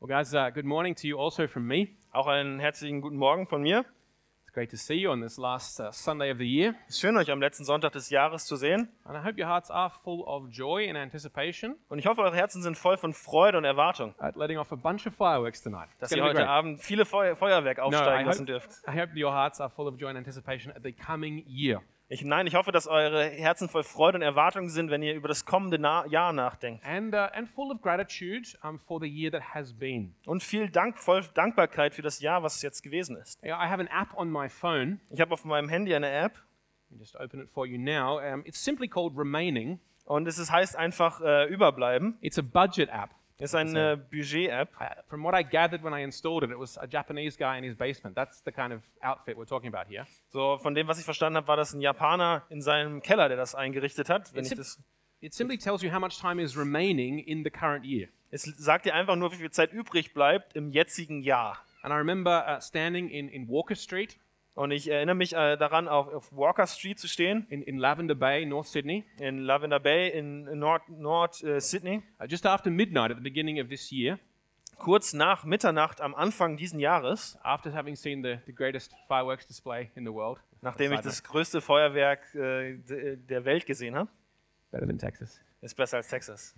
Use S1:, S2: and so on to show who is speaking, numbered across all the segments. S1: Well, guys, uh, good morning to you also from me.
S2: Auch einen herzlichen guten Morgen von mir.
S1: It's great to see you on this last uh, Sunday of the year.
S2: Es ist schön, euch am letzten Sonntag des Jahres zu sehen.
S1: And I hope your hearts are full of joy and anticipation
S2: Und ich hoffe, eure Herzen sind voll von Freude und Erwartung,
S1: at letting off a bunch of fireworks tonight. It's
S2: dass
S1: gonna
S2: ihr
S1: be
S2: heute
S1: great.
S2: Abend viele Feu Feuerwerk
S1: No, I
S2: aufsteigen lassen
S1: hope,
S2: dürft.
S1: I hope your hearts are full of joy and anticipation at the coming year.
S2: Ich, nein, ich hoffe, dass eure Herzen voll Freude und Erwartung sind, wenn ihr über das kommende Na Jahr nachdenkt.
S1: And, uh, and full of gratitude um, for the year that has been.
S2: Und viel Dank, voll Dankbarkeit für das Jahr, was jetzt gewesen ist.
S1: Yeah, I have an app on my phone.
S2: Ich habe auf meinem Handy eine App
S1: Let me just open it for you now. Um, it's simply called Remaining.
S2: und es ist, heißt einfach äh, Überbleiben.
S1: It's a budget app.
S2: Ist eine Budget-App.
S1: I, from what I gathered when I installed it, it was a Japanese guy in his basement. That's the kind of outfit we're talking about here.
S2: So, von dem, was ich verstanden habe, war das ein Japaner in seinem Keller, der das eingerichtet hat. Wenn
S1: It's a-
S2: ich das,
S1: It simply tells you how much time is remaining in the current year.
S2: es sagt dir einfach nur, wie viel Zeit übrig bleibt im jetzigen Jahr.
S1: And I remember uh, standing in, in Walker Street
S2: Und ich erinnere mich äh, daran, auf, auf Walker Street zu stehen,
S1: in, in Lavender Bay, North Sydney,
S2: in Lavender Bay in Nord, Nord äh, Sydney,
S1: uh, just after midnight at the beginning of this year,
S2: kurz nach Mitternacht am Anfang diesen Jahres,
S1: after having seen the, the greatest fireworks display in the world.
S2: nachdem ich
S1: Side
S2: das größte Feuerwerk äh, d- der Welt gesehen habe.
S1: note, better than Texas.
S2: Ist besser als Texas.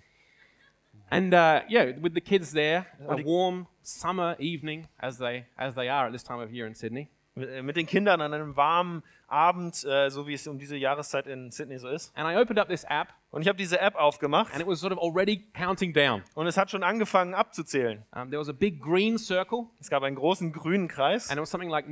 S1: And uh, yeah, with the kids there, a
S2: Und die-
S1: warm summer evening as they as they are at this time of year in Sydney.
S2: Mit, äh, mit den Kindern an einem warmen Abend, äh, so wie es um diese Jahreszeit in Sydney so ist.
S1: And I opened up this app,
S2: Und ich habe diese App aufgemacht
S1: and it was sort of already counting down.
S2: und es hat schon angefangen abzuzählen.
S1: Um, there was a big green circle,
S2: Es gab einen großen grünen Kreis
S1: and it was something like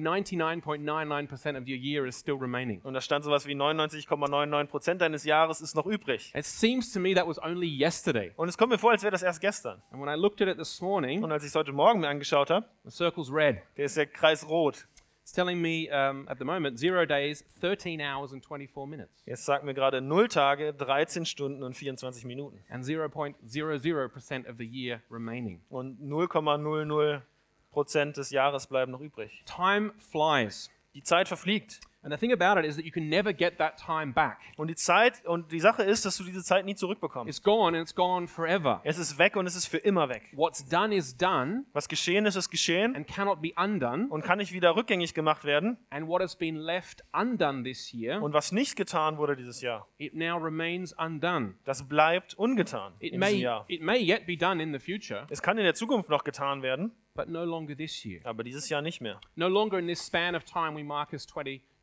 S1: 99.99% of your year is still remaining.
S2: und da stand sowas wie 99,99% deines Jahres ist noch übrig.
S1: It seems to me that was only yesterday.
S2: Und es kommt mir vor, als wäre das erst gestern.
S1: And when I looked at it this morning,
S2: Und als ich es heute Morgen mir angeschaut habe,
S1: the circle's red.
S2: der ist der Kreis rot.
S1: It's telling me um, at the moment zero days, 13 hours and 24 minutes,
S2: Jetzt sagt mir gerade 0 Tage, 13 Stunden und 24 Minuten.
S1: and 0.00% of the year remaining.
S2: Und 0,00% des Jahres bleiben noch übrig.
S1: Time flies.
S2: Die Zeit verfliegt.
S1: And the thing about it is that you can never get that time back.
S2: Und die Zeit und die Sache ist, dass du diese Zeit nie zurückbekommst.
S1: It's gone and it's gone forever.
S2: Es ist weg und es ist für immer weg.
S1: What's done is done
S2: Was geschehen ist, ist geschehen
S1: and cannot be undone.
S2: und kann nicht wieder rückgängig gemacht werden.
S1: And what has been left undone this year,
S2: Und was nicht getan wurde dieses Jahr,
S1: it now remains undone.
S2: das bleibt ungetan
S1: It
S2: in diesem
S1: may,
S2: Jahr.
S1: it may yet be done in the future,
S2: Es kann in der Zukunft noch getan werden,
S1: but no longer this year.
S2: aber dieses Jahr nicht mehr.
S1: No longer in this span of time we mark as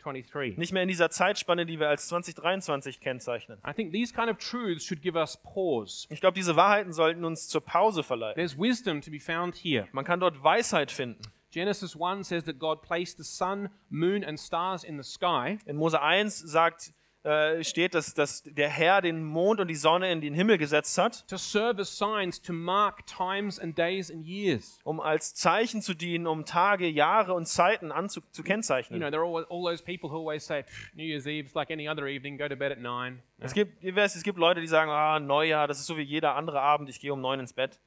S1: 2023.
S2: Nicht mehr in dieser Zeitspanne, die wir als 2023 kennzeichnen.
S1: I think these kind of truths should give us pause.
S2: Ich glaube, diese Wahrheiten sollten uns zur Pause verleiten.
S1: There's wisdom to be found here.
S2: Man kann dort Weisheit finden.
S1: Genesis 1 says that God placed the sun, moon, and stars in the sky
S2: In Mose 1 sagt, äh, steht, dass, dass der Herr den Mond und die Sonne in den Himmel gesetzt hat,
S1: to serve as signs to mark times and days and years.
S2: um als Zeichen zu dienen, um Tage, Jahre und Zeiten anzu zu
S1: You know,
S2: kennzeichnen.
S1: there are all, all those people who always say, "Pff, New Year's Eve's like any other evening, go to bed at nine.
S2: Es gibt, ihr wisst, es gibt Leute, die sagen, ah, Neujahr, das ist so wie jeder andere Abend, ich gehe um neun ins Bett.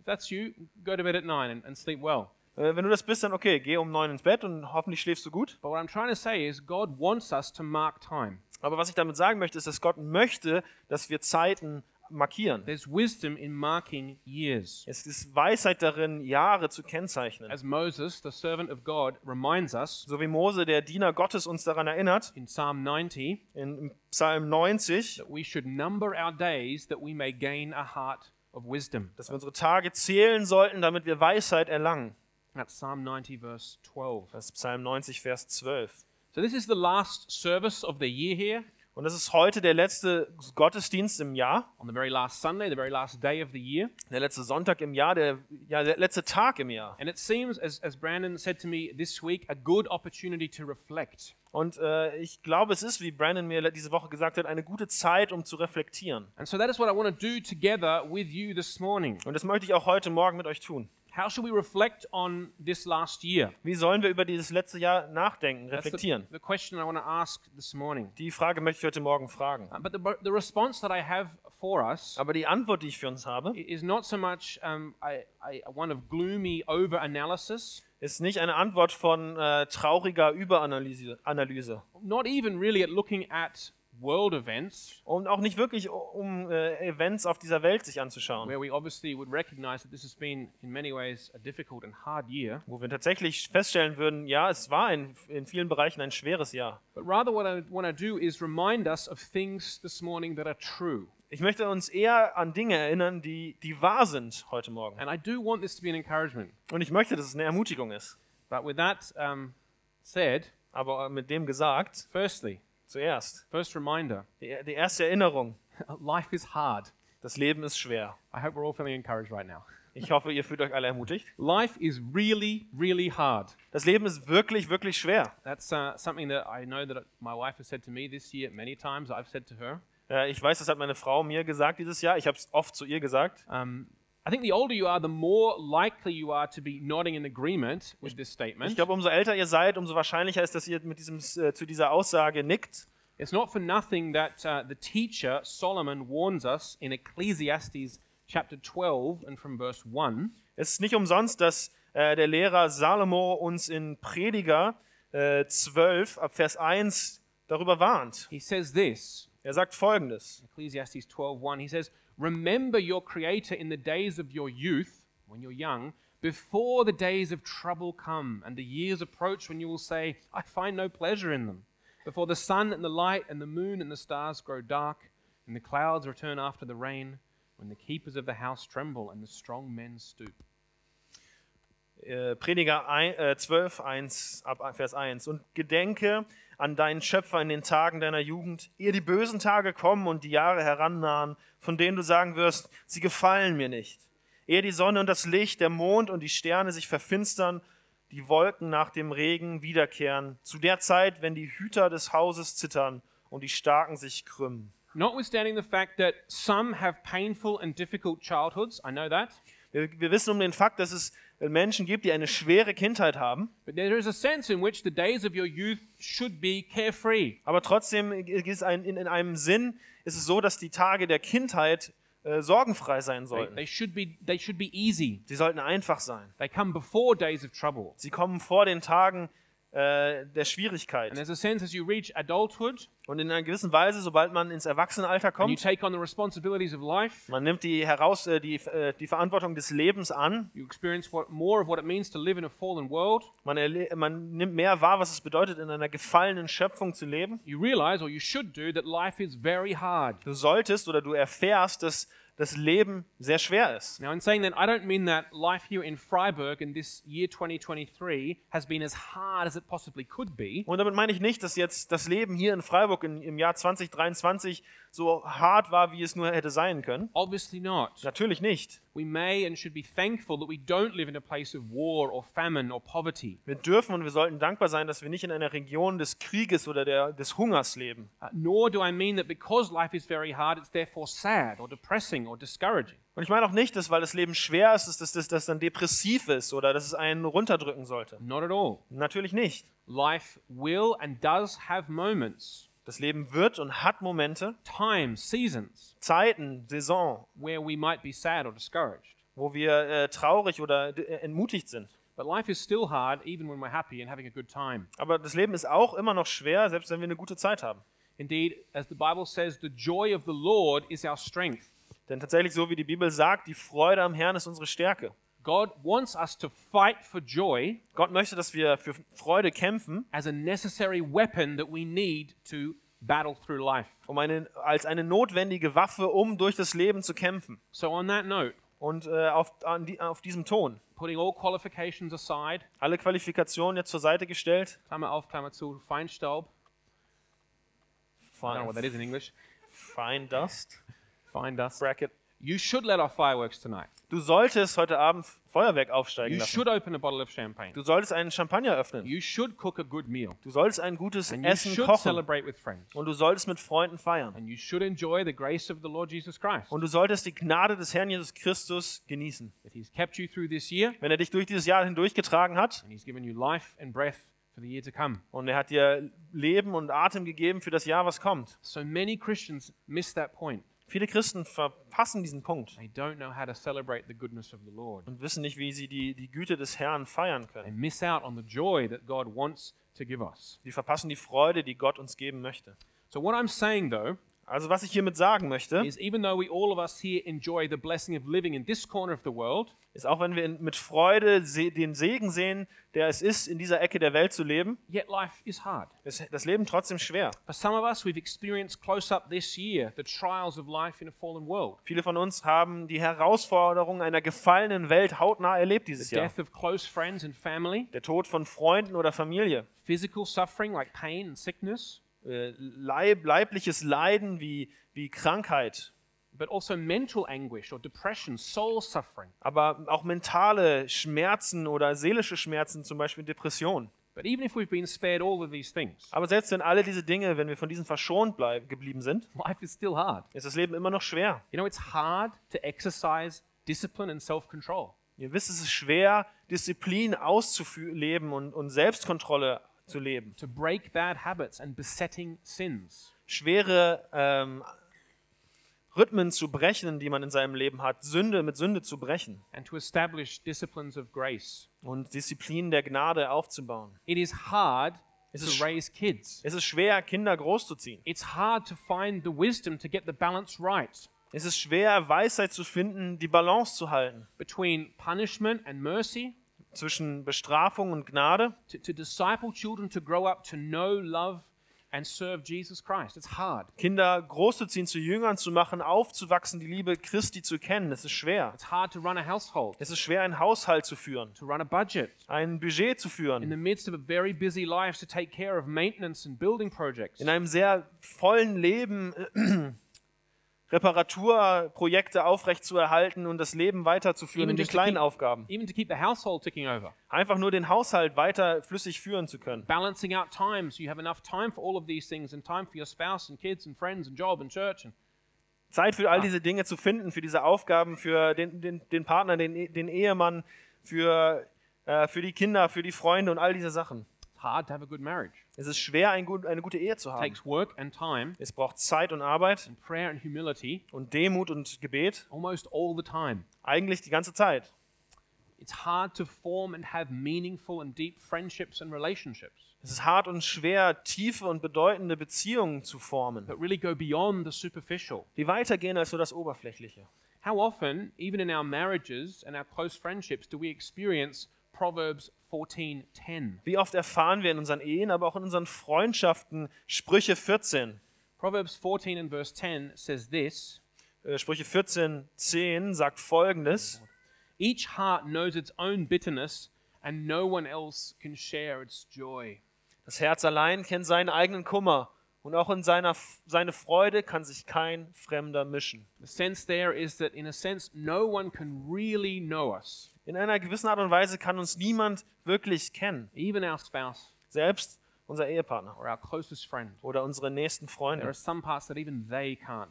S1: If that's you, go to bed at nine and, and sleep well.
S2: Äh, wenn du das bist, dann okay, geh um neun ins Bett und hoffentlich schläfst du gut.
S1: But what I'm trying to say is, God wants us to mark time.
S2: Aber was ich damit sagen möchte, ist, dass Gott möchte, dass wir Zeiten markieren.
S1: There's wisdom in marking years.
S2: Es ist Weisheit darin, Jahre zu kennzeichnen.
S1: As Moses, the servant of God, reminds us
S2: So wie Mose, der Diener Gottes, uns daran erinnert,
S1: in Psalm 90
S2: in im Psalm 90,
S1: that we should number our days that we may gain a heart of wisdom.
S2: dass wir unsere Tage zählen sollten, damit wir Weisheit erlangen.
S1: That's Psalm 90, verse 12.
S2: Das ist Psalm 90, Vers 12.
S1: So, this is the last service of the year here
S2: Und das ist heute der letzte Gottesdienst im Jahr,
S1: on the very last Sunday, the very last day of the year.
S2: der letzte Sonntag im Jahr, der, ja, der letzte Tag im Jahr.
S1: And it seems, as, as Brandon said to me this week, a good opportunity to reflect.
S2: Und äh, ich glaube, es ist, wie Brandon mir le- diese Woche gesagt hat, eine gute Zeit, um zu reflektieren.
S1: And so, that is what I want to do together with you this morning.
S2: Und das möchte ich auch heute Morgen mit euch tun.
S1: How should we reflect on this last year?
S2: Wie sollen wir über dieses letzte Jahr nachdenken,
S1: That's the-
S2: reflektieren?
S1: the question I want to ask this morning.
S2: Die Frage möchte ich heute Morgen fragen.
S1: Uh, But the, the response that I have for us
S2: Aber die Antwort, die ich für uns habe,
S1: is not so much um, I, I, one of gloomy over analysis,
S2: ist nicht eine Antwort von äh, trauriger Überanalyse, Analyse.
S1: not even really at looking at world events
S2: und auch nicht wirklich um äh, Events auf dieser Welt sich anzuschauen,
S1: where we obviously would recognize that this has been, in many ways, a difficult and hard year.
S2: wo wir tatsächlich feststellen würden, ja, es war in, in vielen Bereichen ein schweres Jahr.
S1: But rather, what I want to do is remind us of things this morning that are true.
S2: Ich möchte uns eher an Dinge erinnern, die, die wahr sind heute Morgen.
S1: And I do want this to be an encouragement.
S2: Und ich möchte, dass es eine Ermutigung ist.
S1: But with that um, said,
S2: Aber äh, mit dem gesagt,
S1: firstly,
S2: zuerst,
S1: first reminder
S2: die, die erste Erinnerung,
S1: life is hard.
S2: das Leben ist schwer.
S1: I hope we're all feeling encouraged right now.
S2: Ich hoffe, ihr fühlt euch alle ermutigt.
S1: Life is really, really hard.
S2: Das Leben ist wirklich, wirklich schwer.
S1: That's uh, something that I know that my wife has said to me this year many times. I've said to her.
S2: Äh, Ich weiß, das hat meine Frau mir gesagt dieses Jahr. Ich habe es oft zu ihr gesagt.
S1: Um, I think the older you are, the more likely you are to be nodding in agreement with this
S2: Ich
S1: statement.
S2: glaube, umso älter ihr seid, umso wahrscheinlicher ist, dass ihr mit diesem, äh, zu dieser Aussage nickt.
S1: It's not for nothing that uh, the teacher Solomon warns us in Ecclesiastes chapter 12 and from verse 1
S2: Es ist nicht umsonst, dass äh, der Lehrer Salomo uns in Prediger äh, 12 ab Vers 1 darüber warnt.
S1: He says this,
S2: Er sagt folgendes.
S1: Ecclesiastes 12:1. He says, "Remember your creator in the days of your youth, when you're young, before the days of trouble come and the years approach when you will say, I find no pleasure in them. Before the sun and the light and the moon and the stars grow dark, and the clouds return after the rain, when the keepers of the house tremble and the strong men stoop."
S2: Äh, Prediger ein, äh, 12, 1, ab Vers 1. Und gedenke an deinen Schöpfer in den Tagen deiner Jugend, ehe die bösen Tage kommen und die Jahre herannahen, von denen du sagen wirst, sie gefallen mir nicht. Ehe die Sonne und das Licht, der Mond und die Sterne sich verfinstern, die Wolken nach dem Regen wiederkehren, zu der Zeit, wenn die Hüter des Hauses zittern und die Starken sich krümmen.
S1: Notwithstanding the fact that some have painful and difficult childhoods, I know that,
S2: Wir, wir wissen um den Fakt, dass es Menschen gibt, die eine schwere Kindheit haben.
S1: but there is a sense in which the days of your youth should be carefree.
S2: Aber trotzdem ist ein, in, in einem Sinn ist es so, dass die Tage der Kindheit äh, sorgenfrei sein
S1: They,
S2: sollten.
S1: they should be they should be easy.
S2: Sie sollten einfach sein.
S1: They come before days of trouble.
S2: Sie kommen vor den Tagen äh, der Schwierigkeit.
S1: And there's a sense as you reach adulthood
S2: Und in einer gewissen Weise, sobald man ins Erwachsenenalter
S1: and you
S2: kommt,
S1: take on the responsibilities of life,
S2: man nimmt die, heraus, äh, die, äh, die Verantwortung des Lebens an,
S1: you experience what, more of what it means to live in a fallen world.
S2: man, erle- man nimmt mehr wahr, was es bedeutet, in einer gefallenen Schöpfung zu leben.
S1: You realize, or you should do, that life is very hard.
S2: Du solltest oder du erfährst, dass das Leben sehr schwer ist.
S1: Now, in saying that, I don't mean that life here in Freiburg in this year 2023 has been as hard as it possibly could be.
S2: Und damit meine ich nicht, dass jetzt das Leben hier in Freiburg in, im Jahr 2023 so hart war, wie es nur hätte sein können.
S1: Obviously not.
S2: Natürlich nicht.
S1: We may and should be thankful that we don't live in a place of war or famine or poverty.
S2: Wir dürfen und wir sollten dankbar sein, dass wir nicht in einer Region des Krieges oder der, des Hungers leben.
S1: Uh, nor do I mean that because life is very hard, it's therefore sad or depressing or discouraging.
S2: Und ich meine auch nicht, dass weil das Leben schwer ist, dass das, dass das dann depressiv ist oder dass es einen runterdrücken sollte.
S1: Not at all.
S2: Natürlich nicht.
S1: Life will and does have moments,
S2: Das Leben wird und hat Momente,
S1: times, seasons
S2: Zeiten, Saison,
S1: where we might be sad or discouraged.
S2: wo wir äh, traurig oder d- äh, entmutigt sind.
S1: But life is still hard even when we're happy and having a good time.
S2: Aber das Leben ist auch immer noch schwer, selbst wenn wir eine gute Zeit haben.
S1: Indeed, as the Bible says, the joy of the Lord is our strength.
S2: Denn tatsächlich, so wie die Bibel sagt, die Freude am Herrn ist unsere Stärke.
S1: God wants us to fight for joy
S2: Gott möchte, dass wir für Freude kämpfen,
S1: as a necessary weapon that we need to battle through life.
S2: um eine, als eine notwendige Waffe, um durch das Leben zu kämpfen.
S1: So, on that note,
S2: Und äh, auf, an die, auf diesem Ton.
S1: putting all qualifications aside,
S2: Alle Qualifikationen jetzt zur Seite gestellt.
S1: Klammer auf, Klammer zu, Feinstaub. I don't know what that is in English.
S2: Fine Dust.
S1: Fine dust.
S2: Bracket.
S1: You should let off fireworks tonight.
S2: Du solltest heute Abend Feuerwerk aufsteigen
S1: You
S2: lassen.
S1: should open a bottle of champagne.
S2: Du solltest einen Champagner öffnen.
S1: You should cook a good meal.
S2: Du solltest ein gutes
S1: And you
S2: Essen
S1: should
S2: kochen.
S1: celebrate with friends.
S2: Und du solltest mit Freunden feiern.
S1: And you should enjoy the grace of the Lord Jesus Christ
S2: Und du solltest die Gnade des Herrn Jesus Christus genießen.
S1: that He's kept you through this year
S2: Wenn er dich durch dieses Jahr hindurchgetragen hat,
S1: and He's given you life and breath for the year to come.
S2: Und er hat dir Leben und Atem gegeben für das Jahr, was kommt.
S1: So many Christians miss that point.
S2: Viele Christen verpassen diesen Punkt
S1: They don't know how to celebrate the goodness of the Lord.
S2: und wissen nicht, wie sie die, die Güte des Herrn feiern
S1: They
S2: können.
S1: miss out on the joy that God wants to give us.
S2: Sie verpassen die Freude, die Gott uns geben möchte.
S1: So, what I'm saying though
S2: Also was ich hiermit sagen möchte,
S1: is even though we all of us here enjoy the blessing of living in this corner of the world,
S2: ist auch wenn wir in- mit Freude se den Segen sehen, der es ist, in dieser Ecke der Welt zu leben,
S1: yet life is hard.
S2: ist das Leben trotzdem schwer.
S1: For some of us, we've experienced close up this year the trials of life in a fallen world,
S2: Viele von uns haben die Herausforderungen einer gefallenen Welt hautnah erlebt
S1: the
S2: dieses Jahr.
S1: death of close friends and family,
S2: Der Tod von Freunden oder Familie,
S1: physical suffering like pain and sickness,
S2: äh, Leib, leibliches Leiden wie, wie Krankheit,
S1: but also mental anguish or depression, soul suffering.
S2: aber auch mentale Schmerzen oder seelische Schmerzen, zum Beispiel Depressionen.
S1: But even if we've been spared all of these things,
S2: Aber selbst wenn alle diese Dinge, wenn wir von diesen verschont bleib, geblieben sind,
S1: life is still hard.
S2: ist das Leben immer noch schwer.
S1: You know, it's hard to exercise discipline and self control.
S2: Ihr wisst, es ist schwer, Disziplin auszuleben und, und Selbstkontrolle zu leben.
S1: to break bad habits and besetting sins.
S2: Schwere ähm, Rhythmen zu brechen, die man in seinem Leben hat, Sünde mit Sünde zu brechen
S1: and to establish disciplines of grace.
S2: und Disziplin der Gnade aufzubauen.
S1: It is hard
S2: This
S1: to
S2: is-
S1: raise kids.
S2: Es ist schwer, Kinder großzuziehen.
S1: It's hard to find the wisdom to get the balance right
S2: Es ist schwer, Weisheit zu finden, die Balance zu halten
S1: between punishment and mercy,
S2: zwischen Bestrafung und Gnade,
S1: to, to disciple children to grow up to know, love, and serve Jesus Christ. It's hard.
S2: Kinder großzuziehen, zu Jüngern zu machen, aufzuwachsen, die Liebe Christi zu kennen. Es ist schwer.
S1: It's hard to run a household,
S2: Es ist schwer, einen Haushalt zu führen,
S1: to run a budget
S2: ein Budget zu
S1: in
S2: führen.
S1: the midst of a very busy life to take care of maintenance and building projects.
S2: in einem sehr vollen Leben äh, Reparaturprojekte aufrechtzuerhalten und das Leben weiterzuführen in den
S1: just to
S2: kleinen
S1: keep-
S2: Aufgaben.
S1: Even to keep the household ticking over,
S2: Einfach nur den Haushalt weiter flüssig führen zu können.
S1: balancing out time so you have enough time for all of these things and time for your spouse and kids and friends and job and church and
S2: Zeit für all diese Dinge zu finden, für diese Aufgaben, für den, den, den Partner, den, E- den Ehemann, für, äh, für die Kinder, für die Freunde und all diese Sachen.
S1: It's hard to have a good marriage.
S2: Es ist schwer, ein gut, eine gute Ehe zu
S1: It
S2: haben.
S1: takes work and time
S2: Es braucht Zeit und Arbeit
S1: and prayer and humility
S2: und Demut und Gebet,
S1: almost all the time.
S2: eigentlich die ganze Zeit.
S1: It's hard to form and have meaningful and deep friendships and relationships
S2: Es ist hart und schwer, tiefe und bedeutende Beziehungen zu formen.
S1: that really go beyond the superficial.
S2: die weitergehen als nur das Oberflächliche.
S1: How often, even in our marriages and our close friendships, do we experience Proverbs 14:10?
S2: Wie oft erfahren wir in unseren Ehen, aber auch in unseren Freundschaften Sprüche 14.
S1: Proverbs 14 and verse 10 says this:
S2: Äh, Sprüche 14, 10 sagt folgendes.
S1: Each heart knows its own bitterness, and no one else can share its joy.
S2: Das Herz allein kennt seinen eigenen Kummer und auch in seiner, seine Freude kann sich kein Fremder mischen.
S1: The sense there is that, in a sense, no one can really know us,
S2: In einer gewissen Art und Weise kann uns niemand wirklich kennen.
S1: even our spouse
S2: Selbst unser Ehepartner
S1: or our closest friend.
S2: oder unsere nächsten
S1: There
S2: Freunde.
S1: are some parts that even they can't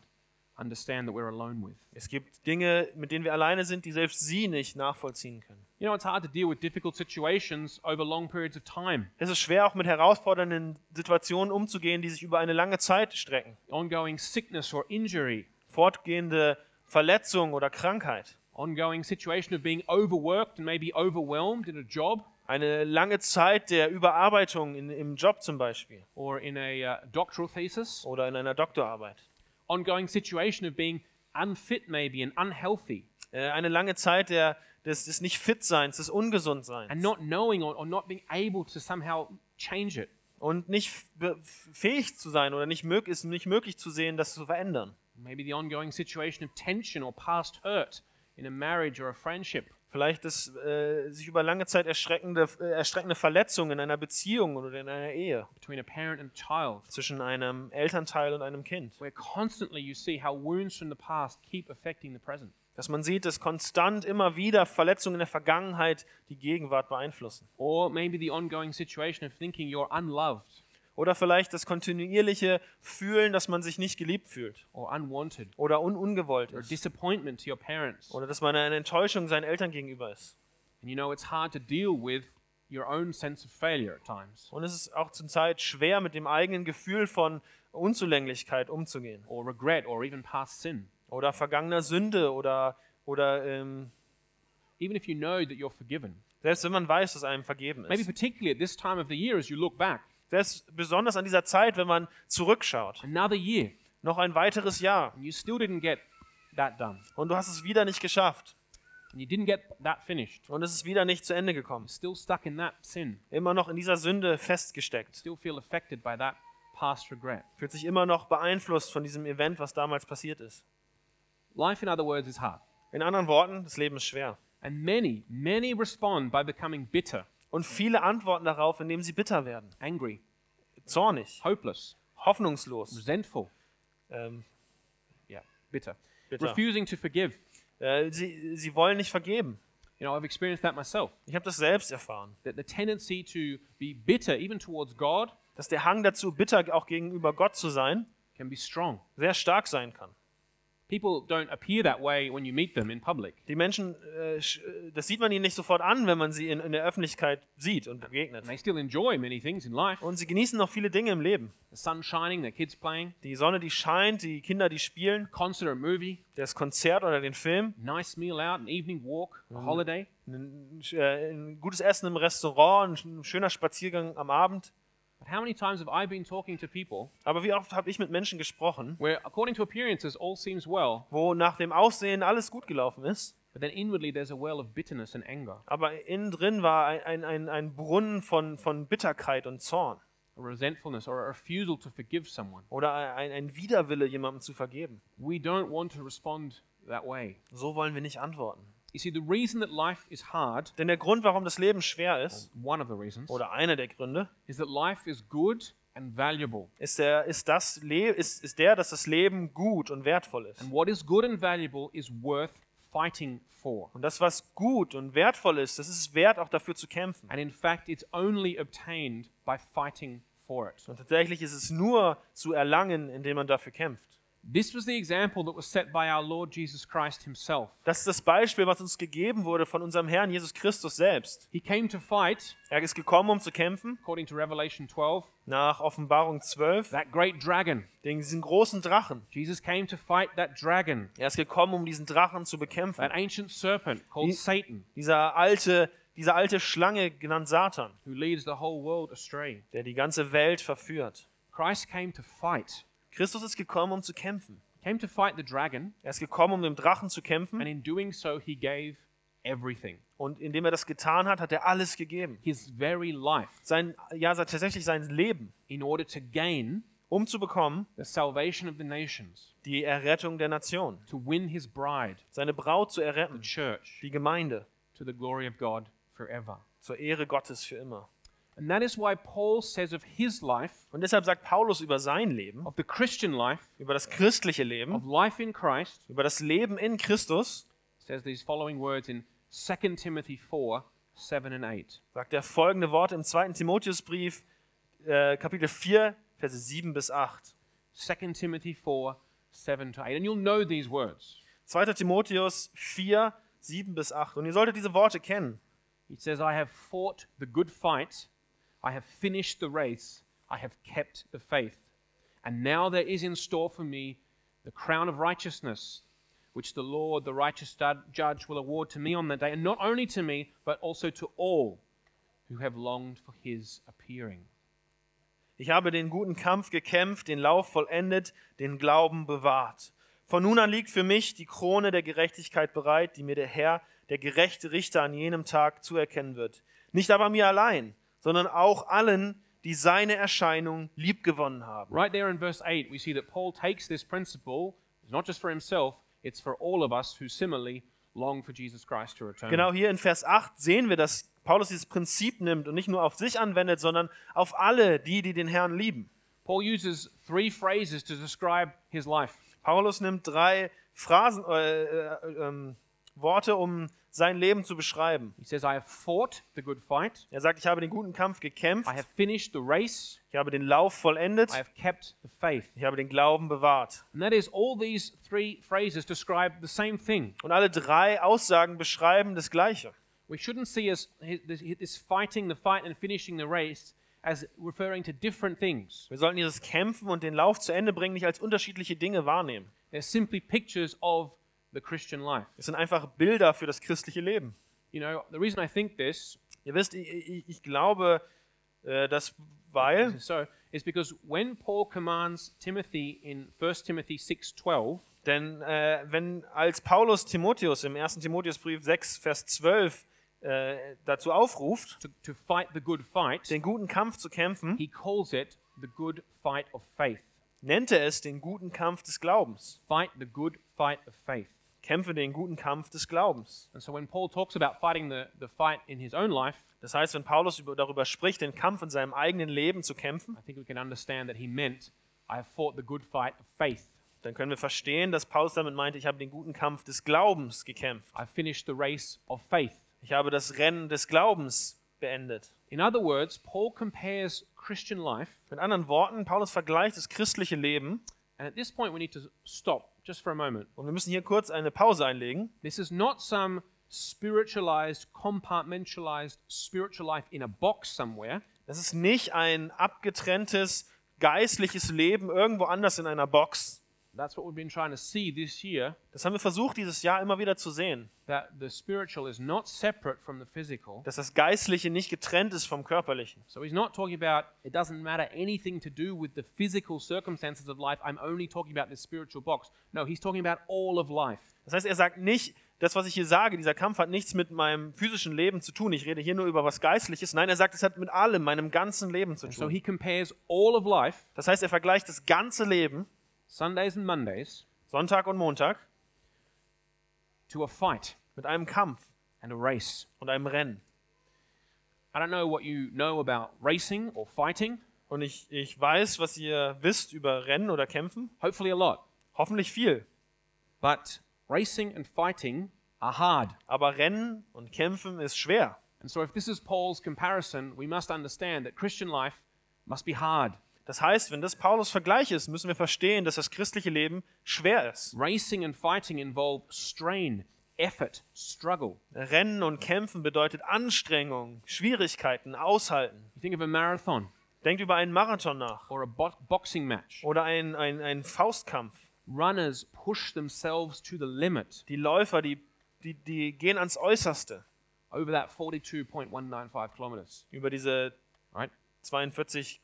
S1: understand that we're alone with.
S2: Es gibt Dinge, mit denen wir alleine sind, die selbst sie nicht nachvollziehen können.
S1: You know, it's hard to deal with difficult situations over long periods of time.
S2: Es ist schwer, auch mit herausfordernden Situationen umzugehen, die sich über eine lange Zeit strecken.
S1: Ongoing sickness or injury,
S2: Fortgehende Verletzung oder Krankheit.
S1: ongoing situation of being overworked and maybe overwhelmed in a job
S2: Eine lange Zeit der Überarbeitung in, im Job zum Beispiel
S1: or in a uh, doctoral thesis,
S2: oder in einer Doktorarbeit.
S1: ongoing situation of being unfit maybe and unhealthy
S2: Äh, Eine lange Zeit der, des, des Nicht-Fit-Seins, des
S1: and
S2: Ungesundseins.
S1: not knowing or, or not being able to somehow change it.
S2: Und nicht f- be- f- fähig zu sein oder nicht mög ist nicht möglich zu sehen, das zu verändern.
S1: Maybe the ongoing situation of tension or past hurt in a marriage or a friendship.
S2: Vielleicht das äh, sich über lange Zeit erschreckende, äh, erschreckende Verletzung in einer Beziehung oder in einer Ehe
S1: between a parent and child,
S2: zwischen einem Elternteil und einem Kind.
S1: where constantly you see how wounds from the past keep affecting the present.
S2: Dass man sieht, dass konstant immer wieder Verletzungen in der Vergangenheit die Gegenwart beeinflussen.
S1: Or maybe the ongoing situation of thinking you're unloved
S2: Oder vielleicht das kontinuierliche Fühlen, dass man sich nicht geliebt fühlt
S1: or unwanted,
S2: oder un ungewollt
S1: or a
S2: ist.
S1: disappointment to your parents.
S2: Oder dass man eine Enttäuschung seinen Eltern gegenüber ist.
S1: And you know, it's hard to deal with your own sense of failure at times,
S2: Und es ist auch zur Zeit schwer, mit dem eigenen Gefühl von Unzulänglichkeit umzugehen.
S1: or regret, or even past sin.
S2: Oder vergangener Sünde oder, oder ähm,
S1: Even if you know that you're forgiven.
S2: selbst wenn man weiß, dass einem vergeben
S1: Maybe
S2: ist.
S1: particularly at this time of the year as you look back,
S2: Das ist besonders an dieser Zeit, wenn man zurückschaut.
S1: Another year,
S2: Noch ein weiteres Jahr
S1: and you still didn't get that done.
S2: und du hast es wieder nicht geschafft
S1: And you didn't get that finished.
S2: und es ist wieder nicht zu Ende gekommen.
S1: Still stuck in that sin.
S2: Immer noch in dieser Sünde festgesteckt.
S1: Still feel affected by that past regret.
S2: Fühlt sich immer noch beeinflusst von diesem Event, was damals passiert ist.
S1: Life, in other words, is hard.
S2: In anderen Worten, das Leben ist schwer.
S1: And many, many respond by becoming bitter,
S2: Und viele antworten darauf, indem sie bitter werden,
S1: angry,
S2: zornig,
S1: hopeless,
S2: hoffnungslos,
S1: resentful.
S2: ähm,
S1: Yeah, bitter.
S2: Bitter.
S1: Refusing to forgive.
S2: Äh, sie, sie wollen nicht vergeben.
S1: You know, I've experienced that myself.
S2: Ich habe das selbst erfahren,
S1: That the tendency to be bitter, even towards God,
S2: dass der Hang dazu, bitter auch gegenüber Gott zu sein,
S1: can be strong.
S2: sehr stark sein kann.
S1: People don't appear that way when you meet them in public.
S2: Die Menschen, äh, sch- äh, das sieht man ihnen nicht sofort an, wenn man sie in, in der Öffentlichkeit sieht und begegnet.
S1: And they still enjoy many things in life.
S2: Und sie genießen noch viele Dinge im Leben.
S1: The sun shining, their kids playing,
S2: Die Sonne, die scheint, die Kinder, die spielen,
S1: concert or movie,
S2: das Konzert oder den Film,
S1: nice meal out, an evening walk, a holiday.
S2: ein, äh, ein gutes Essen im Restaurant, ein schöner Spaziergang am Abend.
S1: But how many times have I been talking to people
S2: Aber wie oft habe ich mit Menschen gesprochen,
S1: where, according to appearances, all seems well,
S2: wo nach dem Aussehen alles gut gelaufen ist,
S1: but then inwardly there's a well of bitterness and anger,
S2: aber innen drin war ein, ein, ein, ein Brunnen von, von Bitterkeit und Zorn
S1: a resentfulness, or a refusal to forgive someone?
S2: oder ein, ein Widerwille, jemandem zu vergeben?
S1: We don't want to respond that way.
S2: So wollen wir nicht antworten.
S1: You see, the reason that life is hard,
S2: Denn der Grund, warum das Leben schwer ist,
S1: one of the reasons,
S2: oder einer der Gründe,
S1: is that life is good and valuable.
S2: ist der, ist das Le ist, ist der, dass das Leben gut und wertvoll ist.
S1: And what is good and valuable is worth fighting for.
S2: Und das, was gut und wertvoll ist, das ist es wert, auch dafür zu kämpfen.
S1: And in fact, it's only obtained by fighting for it.
S2: Und tatsächlich ist es nur zu erlangen, indem man dafür kämpft.
S1: This was the example that was set by our Lord Jesus Christ himself.
S2: Das ist das Beispiel, was uns gegeben wurde von unserem Herrn Jesus Christus selbst.
S1: He came to fight,
S2: Er ist gekommen, um zu kämpfen,
S1: according to Revelation 12,
S2: nach Offenbarung 12,
S1: that great dragon.
S2: gegen diesen großen Drachen.
S1: Jesus came to fight that dragon,
S2: Er ist gekommen, um diesen Drachen zu bekämpfen.
S1: that ancient serpent called
S2: He-
S1: Satan,
S2: Dieser alte, diese alte Schlange, genannt Satan,
S1: who leads the whole world astray.
S2: der die ganze Welt verführt.
S1: Christ came to fight,
S2: Christus ist gekommen, um zu kämpfen.
S1: came to fight the dragon,
S2: Er ist gekommen, um dem Drachen zu
S1: and
S2: kämpfen.
S1: in doing so, he gave everything
S2: Und indem er das getan hat, hat er alles gegeben.
S1: his very life
S2: Sein, ja, sein- tatsächlich sein Leben,
S1: in order to gain
S2: um zu bekommen
S1: the salvation of the nations,
S2: die Errettung der Nation,
S1: to win his bride,
S2: seine Braut zu
S1: the
S2: erretten,
S1: church,
S2: die Gemeinde,
S1: to the glory of God forever.
S2: zur Ehre Gottes für immer.
S1: And that is why Paul says of his life,
S2: Und deshalb sagt Paulus über sein Leben,
S1: of the Christian life,
S2: über das christliche
S1: of
S2: Leben,
S1: life in Christ,
S2: über das Leben in Christus,
S1: says these following words in 2 Timothy 4 7 and 8.
S2: sagt er folgende Worte im 2. Timotheusbrief, äh, Kapitel 4, Verse 7 bis 8.
S1: 2 Timothy 4 7 to 8. And you'll know these words.
S2: 2. Timotheus 4, 7 bis 8. Und ihr solltet diese Worte kennen.
S1: He says, I have fought the good fight, I have finished the race, I have kept the faith. And now there is in store for me the crown of righteousness, which the Lord, the righteous ju- judge, will award to me on that day, and not only to me, but also to all who have longed for his appearing.
S2: Ich habe den guten Kampf gekämpft, den Lauf vollendet, den Glauben bewahrt. Von nun an liegt für mich die Krone der Gerechtigkeit bereit, die mir der Herr, der gerechte Richter an jenem Tag zuerkennen wird. Nicht aber mir allein, sondern auch allen, die seine Erscheinung liebgewonnen haben.
S1: Right there in verse 8, we see that Paul takes this principle, it's not just for himself, it's for all of us who similarly long for Jesus Christ to return.
S2: Genau hier in Vers 8 sehen wir, dass Paulus dieses Prinzip nimmt und nicht nur auf sich anwendet, sondern auf alle, die, die den Herrn lieben.
S1: Paul uses three phrases to describe his life.
S2: Paulus nimmt drei Phrasen, äh, äh, ähm, Worte, um sein Leben zu beschreiben.
S1: He says, I have fought the good fight.
S2: Er sagt, ich habe den guten Kampf gekämpft,
S1: I have finished the race.
S2: ich habe den Lauf vollendet,
S1: I have kept the faith.
S2: ich habe den Glauben bewahrt.
S1: And that is, all these three phrases describe the same thing.
S2: Und alle drei Aussagen beschreiben das Gleiche.
S1: We shouldn't see us, this fighting the fight and finishing the race as referring to different things.
S2: Wir sollten dieses Kämpfen und den Lauf zu Ende bringen nicht als unterschiedliche Dinge wahrnehmen.
S1: They're simply pictures of the Christian life.
S2: Es sind einfach Bilder für das christliche Leben.
S1: You know, the reason I think this
S2: Ihr wisst, ich, ich, ich glaube, Äh, das weil,
S1: So it's because when Paul commands Timothy in 1 Timothy 6:12,
S2: denn äh, wenn als Paulus Timotheus im 1. Timotheusbrief 6, Vers 12 äh, dazu aufruft,
S1: to, to fight the good fight,
S2: den guten Kampf zu kämpfen,
S1: he calls it the good fight of faith.
S2: nennt er es den guten Kampf des Glaubens.
S1: Fight the good fight of faith.
S2: Kämpfe den guten Kampf des Glaubens.
S1: And so when Paul talks about fighting the, the fight in his own life,
S2: Das heißt, wenn Paulus über, darüber spricht, den Kampf in seinem eigenen Leben zu kämpfen,
S1: I think we can understand that he meant, I have fought the good fight of faith.
S2: dann können wir verstehen, dass Paulus damit meinte, ich habe den guten Kampf des Glaubens gekämpft.
S1: I finished the race of faith.
S2: Ich habe das Rennen des Glaubens beendet.
S1: In other words, Paul compares Christian life,
S2: Mit anderen Worten, Paulus vergleicht das christliche Leben,
S1: and at this point we need to stop just for a moment.
S2: und wir müssen hier kurz eine Pause einlegen.
S1: This is not some spiritualized, compartmentalized spiritual life in a box somewhere.
S2: Das ist nicht ein abgetrenntes geistliches Leben irgendwo anders in einer Box.
S1: That's what we've been trying to see this year
S2: Das haben wir versucht, dieses Jahr immer wieder zu sehen,
S1: that the spiritual is not separate from the physical.
S2: dass das Geistliche nicht getrennt ist vom Körperlichen.
S1: So he's not talking about it doesn't matter anything to do with the physical circumstances of life. I'm only talking about this spiritual box. No, he's talking about all of life.
S2: Das heißt, er sagt nicht, das, was ich hier sage, dieser Kampf hat nichts mit meinem physischen Leben zu tun. Ich rede hier nur über was Geistliches. Nein, er sagt, es hat mit allem, meinem ganzen Leben zu
S1: And so
S2: tun.
S1: he compares all of life,
S2: Das heißt, er vergleicht das ganze Leben,
S1: Sundays and Mondays,
S2: Sonntag und Montag,
S1: to a fight
S2: mit einem Kampf
S1: and a race.
S2: und einem Rennen.
S1: I don't know what you know about racing or fighting,
S2: Und ich, ich weiß, was ihr wisst über Rennen oder Kämpfen.
S1: hopefully a lot,
S2: Hoffentlich viel.
S1: but racing and fighting are hard.
S2: Aber Rennen und Kämpfen ist schwer.
S1: And so if this is Paul's comparison, we must understand that Christian life must be hard.
S2: Das heißt, wenn das Paulus Vergleich ist, müssen wir verstehen, dass das christliche Leben schwer ist.
S1: Racing and fighting involve strain, effort, struggle.
S2: Rennen und Kämpfen bedeutet Anstrengung, Schwierigkeiten, Aushalten.
S1: You think of a marathon
S2: Denkt über einen Marathon nach
S1: or a bo- boxing match.
S2: oder einen, einen, einen Faustkampf.
S1: Runners push themselves to the limit
S2: Die Läufer, die, die, die gehen ans Äußerste
S1: over that 42.195 kilometers,
S2: über diese
S1: right?
S2: 42,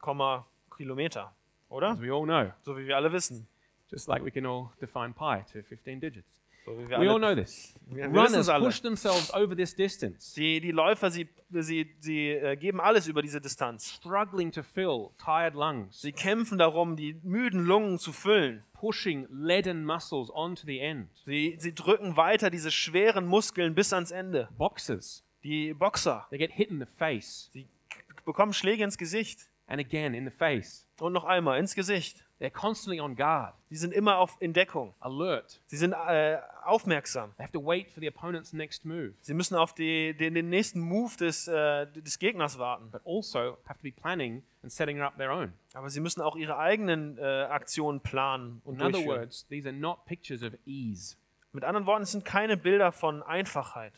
S2: Kilometer, oder?
S1: As we all know,
S2: So wie wir alle wissen.
S1: just like we can all define pi to 15 digits.
S2: So wie wir
S1: We all
S2: alle,
S1: know this.
S2: wir wir wissen
S1: Runners
S2: es alle.
S1: push themselves over this distance,
S2: Die, die Läufer, sie, sie, sie äh, geben alles über diese Distanz.
S1: struggling to fill tired lungs,
S2: Sie kämpfen darum, die müden Lungen zu füllen.
S1: pushing leaden muscles onto the end.
S2: Sie, sie drücken weiter diese schweren Muskeln bis ans Ende.
S1: Boxers,
S2: Die Boxer,
S1: they get hit in the face
S2: sie k- bekommen Schläge ins Gesicht
S1: and again in the face.
S2: und noch einmal ins Gesicht.
S1: They're constantly on guard,
S2: Sie sind immer auf in Deckung.
S1: alert.
S2: Sie sind äh, aufmerksam.
S1: They have to wait for the opponent's next move,
S2: Sie müssen auf die, den, den nächsten Move des, äh, des Gegners warten.
S1: but also have to be planning and setting up their own.
S2: Aber sie müssen auch ihre eigenen äh, Aktionen planen und
S1: In other
S2: durchführen.
S1: words, these are not pictures of ease.
S2: Mit anderen Worten, es sind keine Bilder von Einfachheit.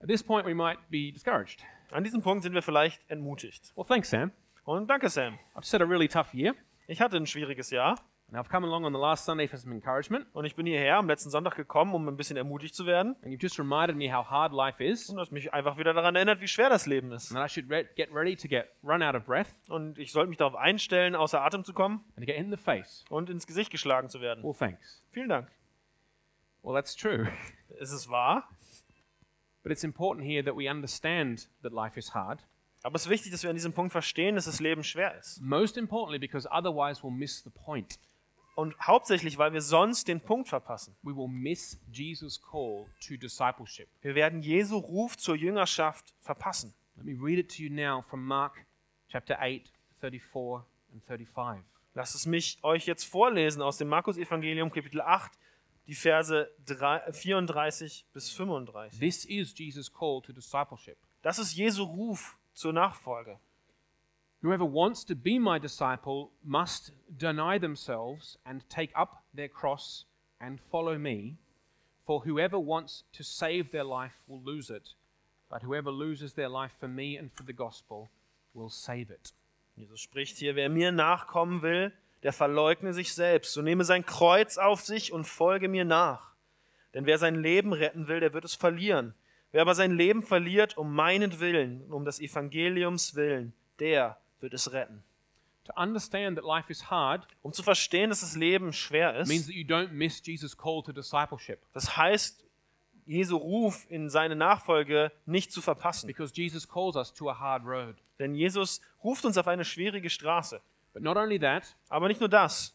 S1: At this point, we might be discouraged.
S2: An diesem Punkt sind wir vielleicht entmutigt.
S1: Well, thanks, Sam.
S2: Und danke, Sam.
S1: I've just had a really tough year,
S2: Ich hatte ein schwieriges Jahr
S1: and I've come along on the last Sunday for some encouragement,
S2: und ich bin hierher am letzten Sonntag gekommen, um ein bisschen ermutigt zu werden.
S1: and you've just reminded me how hard life is,
S2: Und das mich einfach wieder daran erinnert, wie schwer das Leben ist.
S1: and that I should re- get ready to get run out of breath
S2: Und ich sollte mich darauf einstellen, außer Atem zu kommen
S1: and to get in the face.
S2: und ins Gesicht geschlagen zu werden.
S1: Well, thanks.
S2: Vielen Dank.
S1: Well, that's true.
S2: Es ist wahr,
S1: But it's important here that we understand that life is hard.
S2: aber es ist wichtig, dass wir an diesem Punkt verstehen, dass das Leben schwer ist.
S1: Most importantly, because otherwise we'll miss the point.
S2: Und hauptsächlich, weil wir sonst den Punkt verpassen.
S1: We will miss Jesus' call to discipleship.
S2: Wir werden Jesu Ruf zur Jüngerschaft verpassen.
S1: Let me read it to you now from Mark chapter 8, 34 and 35.
S2: Lasst es mich euch jetzt vorlesen aus dem Markus-Evangelium, Kapitel 8, die Verse 3, 34 bis 35.
S1: This is Jesus' call to discipleship.
S2: Das ist Jesu Ruf zur Nachfolge.
S1: Whoever wants to be my disciple must deny themselves and take up their cross and follow me. For whoever wants to save their life will lose it, but whoever loses their life for me and for the gospel will save it.
S2: Jesus spricht hier, wer mir nachkommen will, der verleugne sich selbst und nehme sein Kreuz auf sich und folge mir nach. Denn wer sein Leben retten will, der wird es verlieren. Wer aber sein Leben verliert, um meinen Willen, um des Evangeliums willen, der wird es retten.
S1: To understand that life is hard
S2: Um zu verstehen, dass das Leben schwer
S1: means
S2: ist,
S1: that you don't miss Jesus' call to discipleship
S2: das heißt, Jesu Ruf in seine Nachfolge nicht zu verpassen.
S1: because Jesus calls us to a hard road.
S2: Denn Jesus ruft uns auf eine schwierige Straße.
S1: But not only that,
S2: Aber nicht nur das.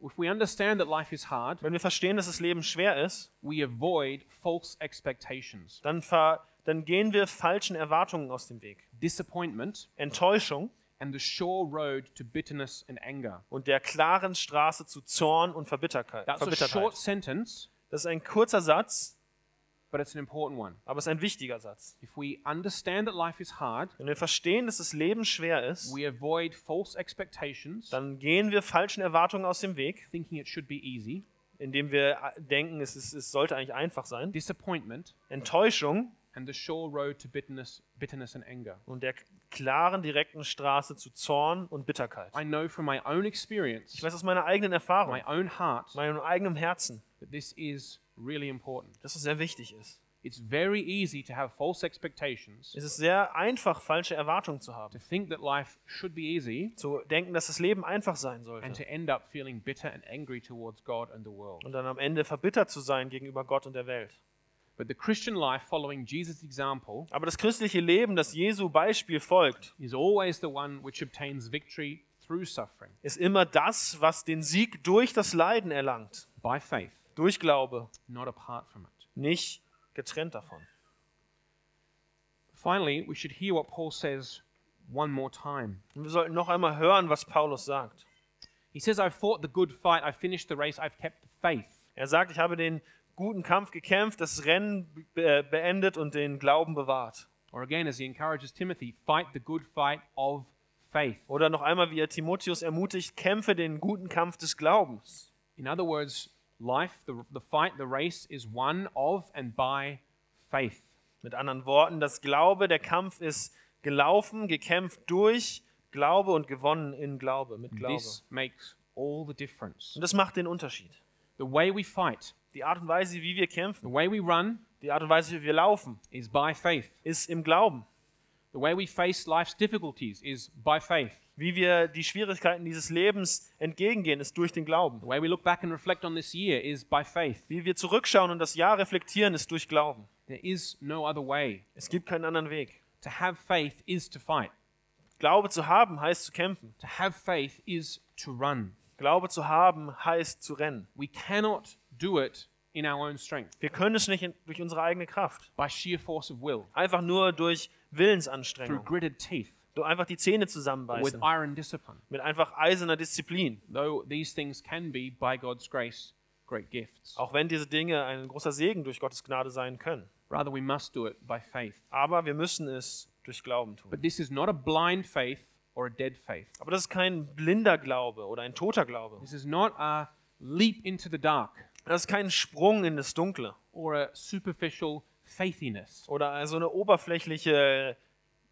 S1: if we understand that life is hard,
S2: Wenn wir verstehen, dass das Leben schwer ist,
S1: we avoid false expectations.
S2: dann, ver dann gehen wir falschen Erwartungen aus dem Weg.
S1: disappointment,
S2: Enttäuschung
S1: and the sure road to bitterness and anger.
S2: und der klaren Straße zu Zorn und Verbitterkeit.
S1: That's a short
S2: Verbittertheit.
S1: sentence,
S2: Das ist ein kurzer Satz,
S1: but it's an important one.
S2: aber es ist ein wichtiger Satz.
S1: If we understand that life is hard,
S2: Wenn wir verstehen, dass das Leben schwer ist,
S1: we avoid false expectations,
S2: dann gehen wir falschen Erwartungen aus dem Weg,
S1: thinking it should be easy,
S2: indem wir äh, denken, es, ist, es sollte eigentlich einfach sein.
S1: disappointment,
S2: Enttäuschung
S1: and the sure road to bitterness, bitterness and anger.
S2: und der klaren, direkten Straße zu Zorn und Bitterkeit.
S1: I know from my own experience,
S2: Ich weiß aus meiner eigenen Erfahrung,
S1: my own heart,
S2: meinem eigenen Herzen,
S1: that this is really important.
S2: dass es sehr wichtig ist.
S1: It's very easy to have false expectations,
S2: Es ist sehr einfach, falsche Erwartungen zu
S1: to
S2: haben,
S1: think that life should be easy,
S2: zu denken, dass das Leben einfach sein
S1: and
S2: sollte
S1: to end up feeling bitter and angry towards God and the world.
S2: und dann am Ende verbittert zu sein gegenüber Gott und der Welt.
S1: But the Christian life following Jesus' example
S2: Aber das christliche Leben, das Jesu Beispiel folgt,
S1: is always the one which obtains victory through suffering,
S2: ist immer das, was den Sieg durch das Leiden erlangt,
S1: by faith,
S2: durch Glaube,
S1: not apart from it.
S2: nicht getrennt davon.
S1: Finally, we should hear what Paul says one more time.
S2: Und wir sollten noch einmal hören, was Paulus sagt.
S1: He says, I've fought the good fight, I've finished the race, I've kept the faith.
S2: Er sagt, ich habe den guten Kampf gekämpft, das Rennen be äh, beendet und den Glauben bewahrt.
S1: Or again, as he encourages Timothy, fight the good fight of faith.
S2: Oder noch einmal, wie er Timotheus ermutigt, kämpfe den guten Kampf des Glaubens.
S1: In other words, life, the, the fight, the race is one of and by faith.
S2: Mit anderen Worten, das Glaube, der Kampf ist gelaufen, gekämpft durch Glaube und gewonnen in Glaube, mit Glaube.
S1: This makes all the difference.
S2: Und das macht den Unterschied.
S1: The way we fight,
S2: Die Art und Weise, wie wir kämpfen,
S1: the way we run,
S2: die Art und Weise, wie wir laufen,
S1: is by faith.
S2: ist im Glauben.
S1: The way we face life's difficulties is by faith.
S2: Wie wir die Schwierigkeiten dieses Lebens entgegengehen, ist durch den Glauben.
S1: The way we look back and reflect on this year is by faith.
S2: Wie wir zurückschauen und das Jahr reflektieren, ist durch Glauben.
S1: There is no other way.
S2: Es gibt keinen anderen Weg.
S1: To have faith is to fight.
S2: Glaube zu haben heißt zu kämpfen.
S1: To have faith is to run.
S2: Glaube zu haben heißt zu rennen.
S1: We cannot do it in our own strength,
S2: Wir können es nicht in, durch unsere eigene Kraft.
S1: by sheer force of will,
S2: Einfach nur durch
S1: through
S2: Willensanstrengung.
S1: gritted teeth,
S2: Durch einfach die Zähne
S1: or with
S2: zusammenbeißen.
S1: iron discipline,
S2: Mit einfach eiserner Disziplin.
S1: though these things can be, by God's grace, great gifts.
S2: Auch wenn diese Dinge ein großer Segen durch Gottes Gnade sein können.
S1: Rather, we must do it by faith.
S2: Aber wir müssen es durch Glauben tun.
S1: But this is not a blind faith or a dead faith.
S2: Aber das ist kein blinder Glaube oder ein toter Glaube.
S1: This is not a leap into the dark
S2: Das ist kein Sprung in das Dunkle
S1: or a superficial faithiness,
S2: oder so eine oberflächliche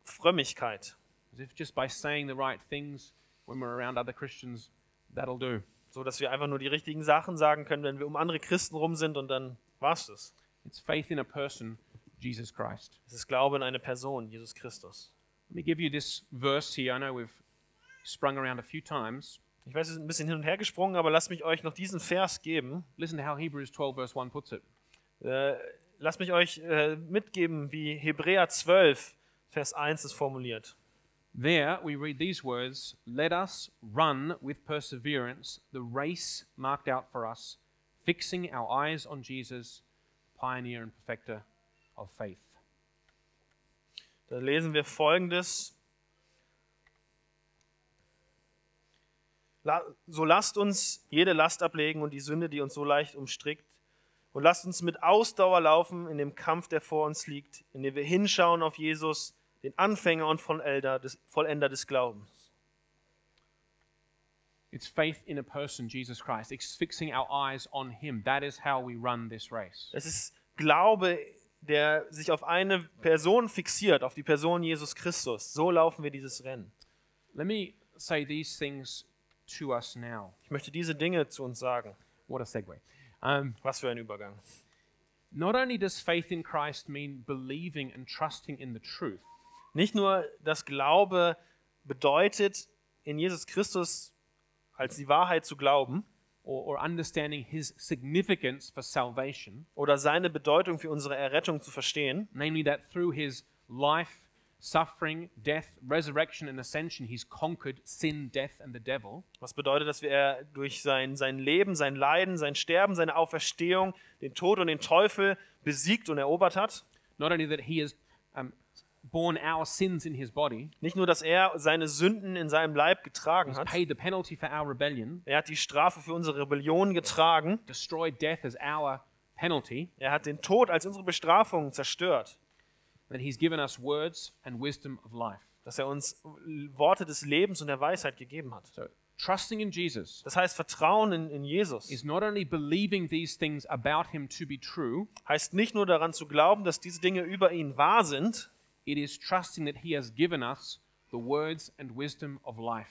S2: Frömmigkeit.
S1: as if just by saying the right things when we're around other Christians, that'll do.
S2: So dass wir einfach nur die richtigen Sachen sagen können, wenn wir um andere Christen rum sind und dann war's das.
S1: It's faith in a person, Jesus Christ.
S2: Es ist Glaube in eine Person, Jesus Christus.
S1: Let me give you this verse here. I know we've sprung around a few times.
S2: Ich weiß, wir sind ein bisschen hin und her gesprungen, aber lasst mich euch noch diesen Vers geben.
S1: Listen to how Hebrews 12, verse 1 puts it.
S2: Äh, lasst mich euch äh, mitgeben, wie Hebräer 12, Vers 1 es formuliert.
S1: There we read these words Let us run with perseverance the race marked out for us, fixing our eyes on Jesus, pioneer and perfecter of faith.
S2: Da lesen wir folgendes. La- So lasst uns jede Last ablegen und die Sünde, die uns so leicht umstrickt, und lasst uns mit Ausdauer laufen in dem Kampf, der vor uns liegt, indem wir hinschauen auf Jesus, den Anfänger und Vollender des, Vollender des Glaubens.
S1: It's faith in a person, Jesus Christ. It's fixing our eyes on Him. That is how we run this race.
S2: Es ist Glaube, der sich auf eine Person fixiert, auf die Person Jesus Christus. So laufen wir dieses Rennen.
S1: Let me say these things to us now.
S2: Ich möchte diese Dinge zu uns sagen.
S1: What a segue. Um,
S2: Was für ein Übergang.
S1: not only does faith in Christ mean believing and trusting in the truth,
S2: Nicht nur, dass Glaube bedeutet, in Jesus Christus als die Wahrheit zu glauben
S1: or, or understanding his significance for salvation,
S2: oder seine Bedeutung für unsere Errettung zu verstehen,
S1: namely that through his life, suffering, death, resurrection, and ascension, he's conquered sin, death, and the devil.
S2: was bedeutet, dass wir er durch sein, sein Leben, sein Leiden, sein Sterben, seine Auferstehung, den Tod und den Teufel besiegt und erobert hat.
S1: Not only that he has um, borne our sins in his body,
S2: Nicht nur, dass er seine Sünden in seinem Leib getragen
S1: he's
S2: hat,
S1: paid the penalty for our rebellion,
S2: er hat die Strafe für unsere Rebellion getragen,
S1: destroyed death as our penalty,
S2: er hat den Tod als unsere Bestrafung zerstört,
S1: that he's given us words and wisdom of life.
S2: dass er uns Worte des Lebens und der Weisheit gegeben hat.
S1: So, trusting in Jesus
S2: Das heißt, Vertrauen in, in Jesus
S1: is not only believing these things about him to be true,
S2: heißt nicht nur daran zu glauben, dass diese Dinge über ihn wahr sind,
S1: it is trusting that he has given us the words and wisdom of life.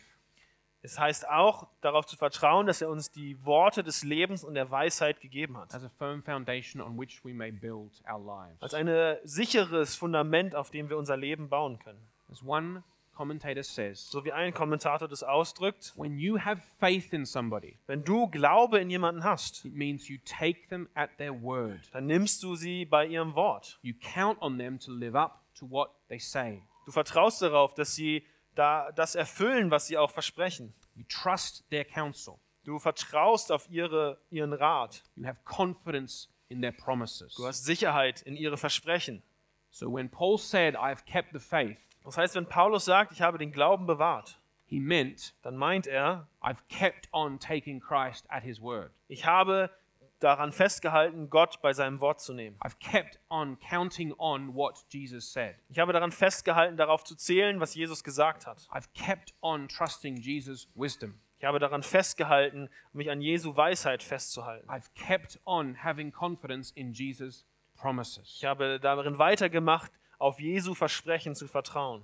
S2: Es heißt auch, darauf zu vertrauen, dass er uns die Worte des Lebens und der Weisheit gegeben hat.
S1: as a firm foundation on which we may build our lives.
S2: Als ein sicheres Fundament, auf dem wir unser Leben bauen können.
S1: As one commentator says,
S2: So wie ein Kommentator das ausdrückt,
S1: when you have faith in somebody,
S2: wenn du Glaube in jemanden hast,
S1: it means you take them at their word.
S2: dann nimmst du sie bei ihrem Wort.
S1: You count on them to live up to what they say.
S2: Du vertraust darauf, dass sie da das erfüllen, was sie auch versprechen.
S1: You trust their counsel.
S2: Du vertraust auf ihre, ihren Rat.
S1: You have confidence in their promises.
S2: Du hast Sicherheit in ihre Versprechen.
S1: So when Paul said, I have kept the faith,
S2: Das heißt, wenn Paulus sagt, ich habe den Glauben bewahrt,
S1: he meant,
S2: dann meint er,
S1: I've kept on taking Christ at his word.
S2: Ich habe daran festgehalten, Gott bei seinem Wort zu nehmen.
S1: I've kept on counting on what Jesus said.
S2: Ich habe daran festgehalten, darauf zu zählen, was Jesus gesagt hat.
S1: I've kept on trusting Jesus' wisdom.
S2: Ich habe daran festgehalten, mich an Jesu Weisheit festzuhalten.
S1: I've kept on having confidence in Jesus' promises.
S2: Ich habe darin weitergemacht, auf Jesu Versprechen zu vertrauen.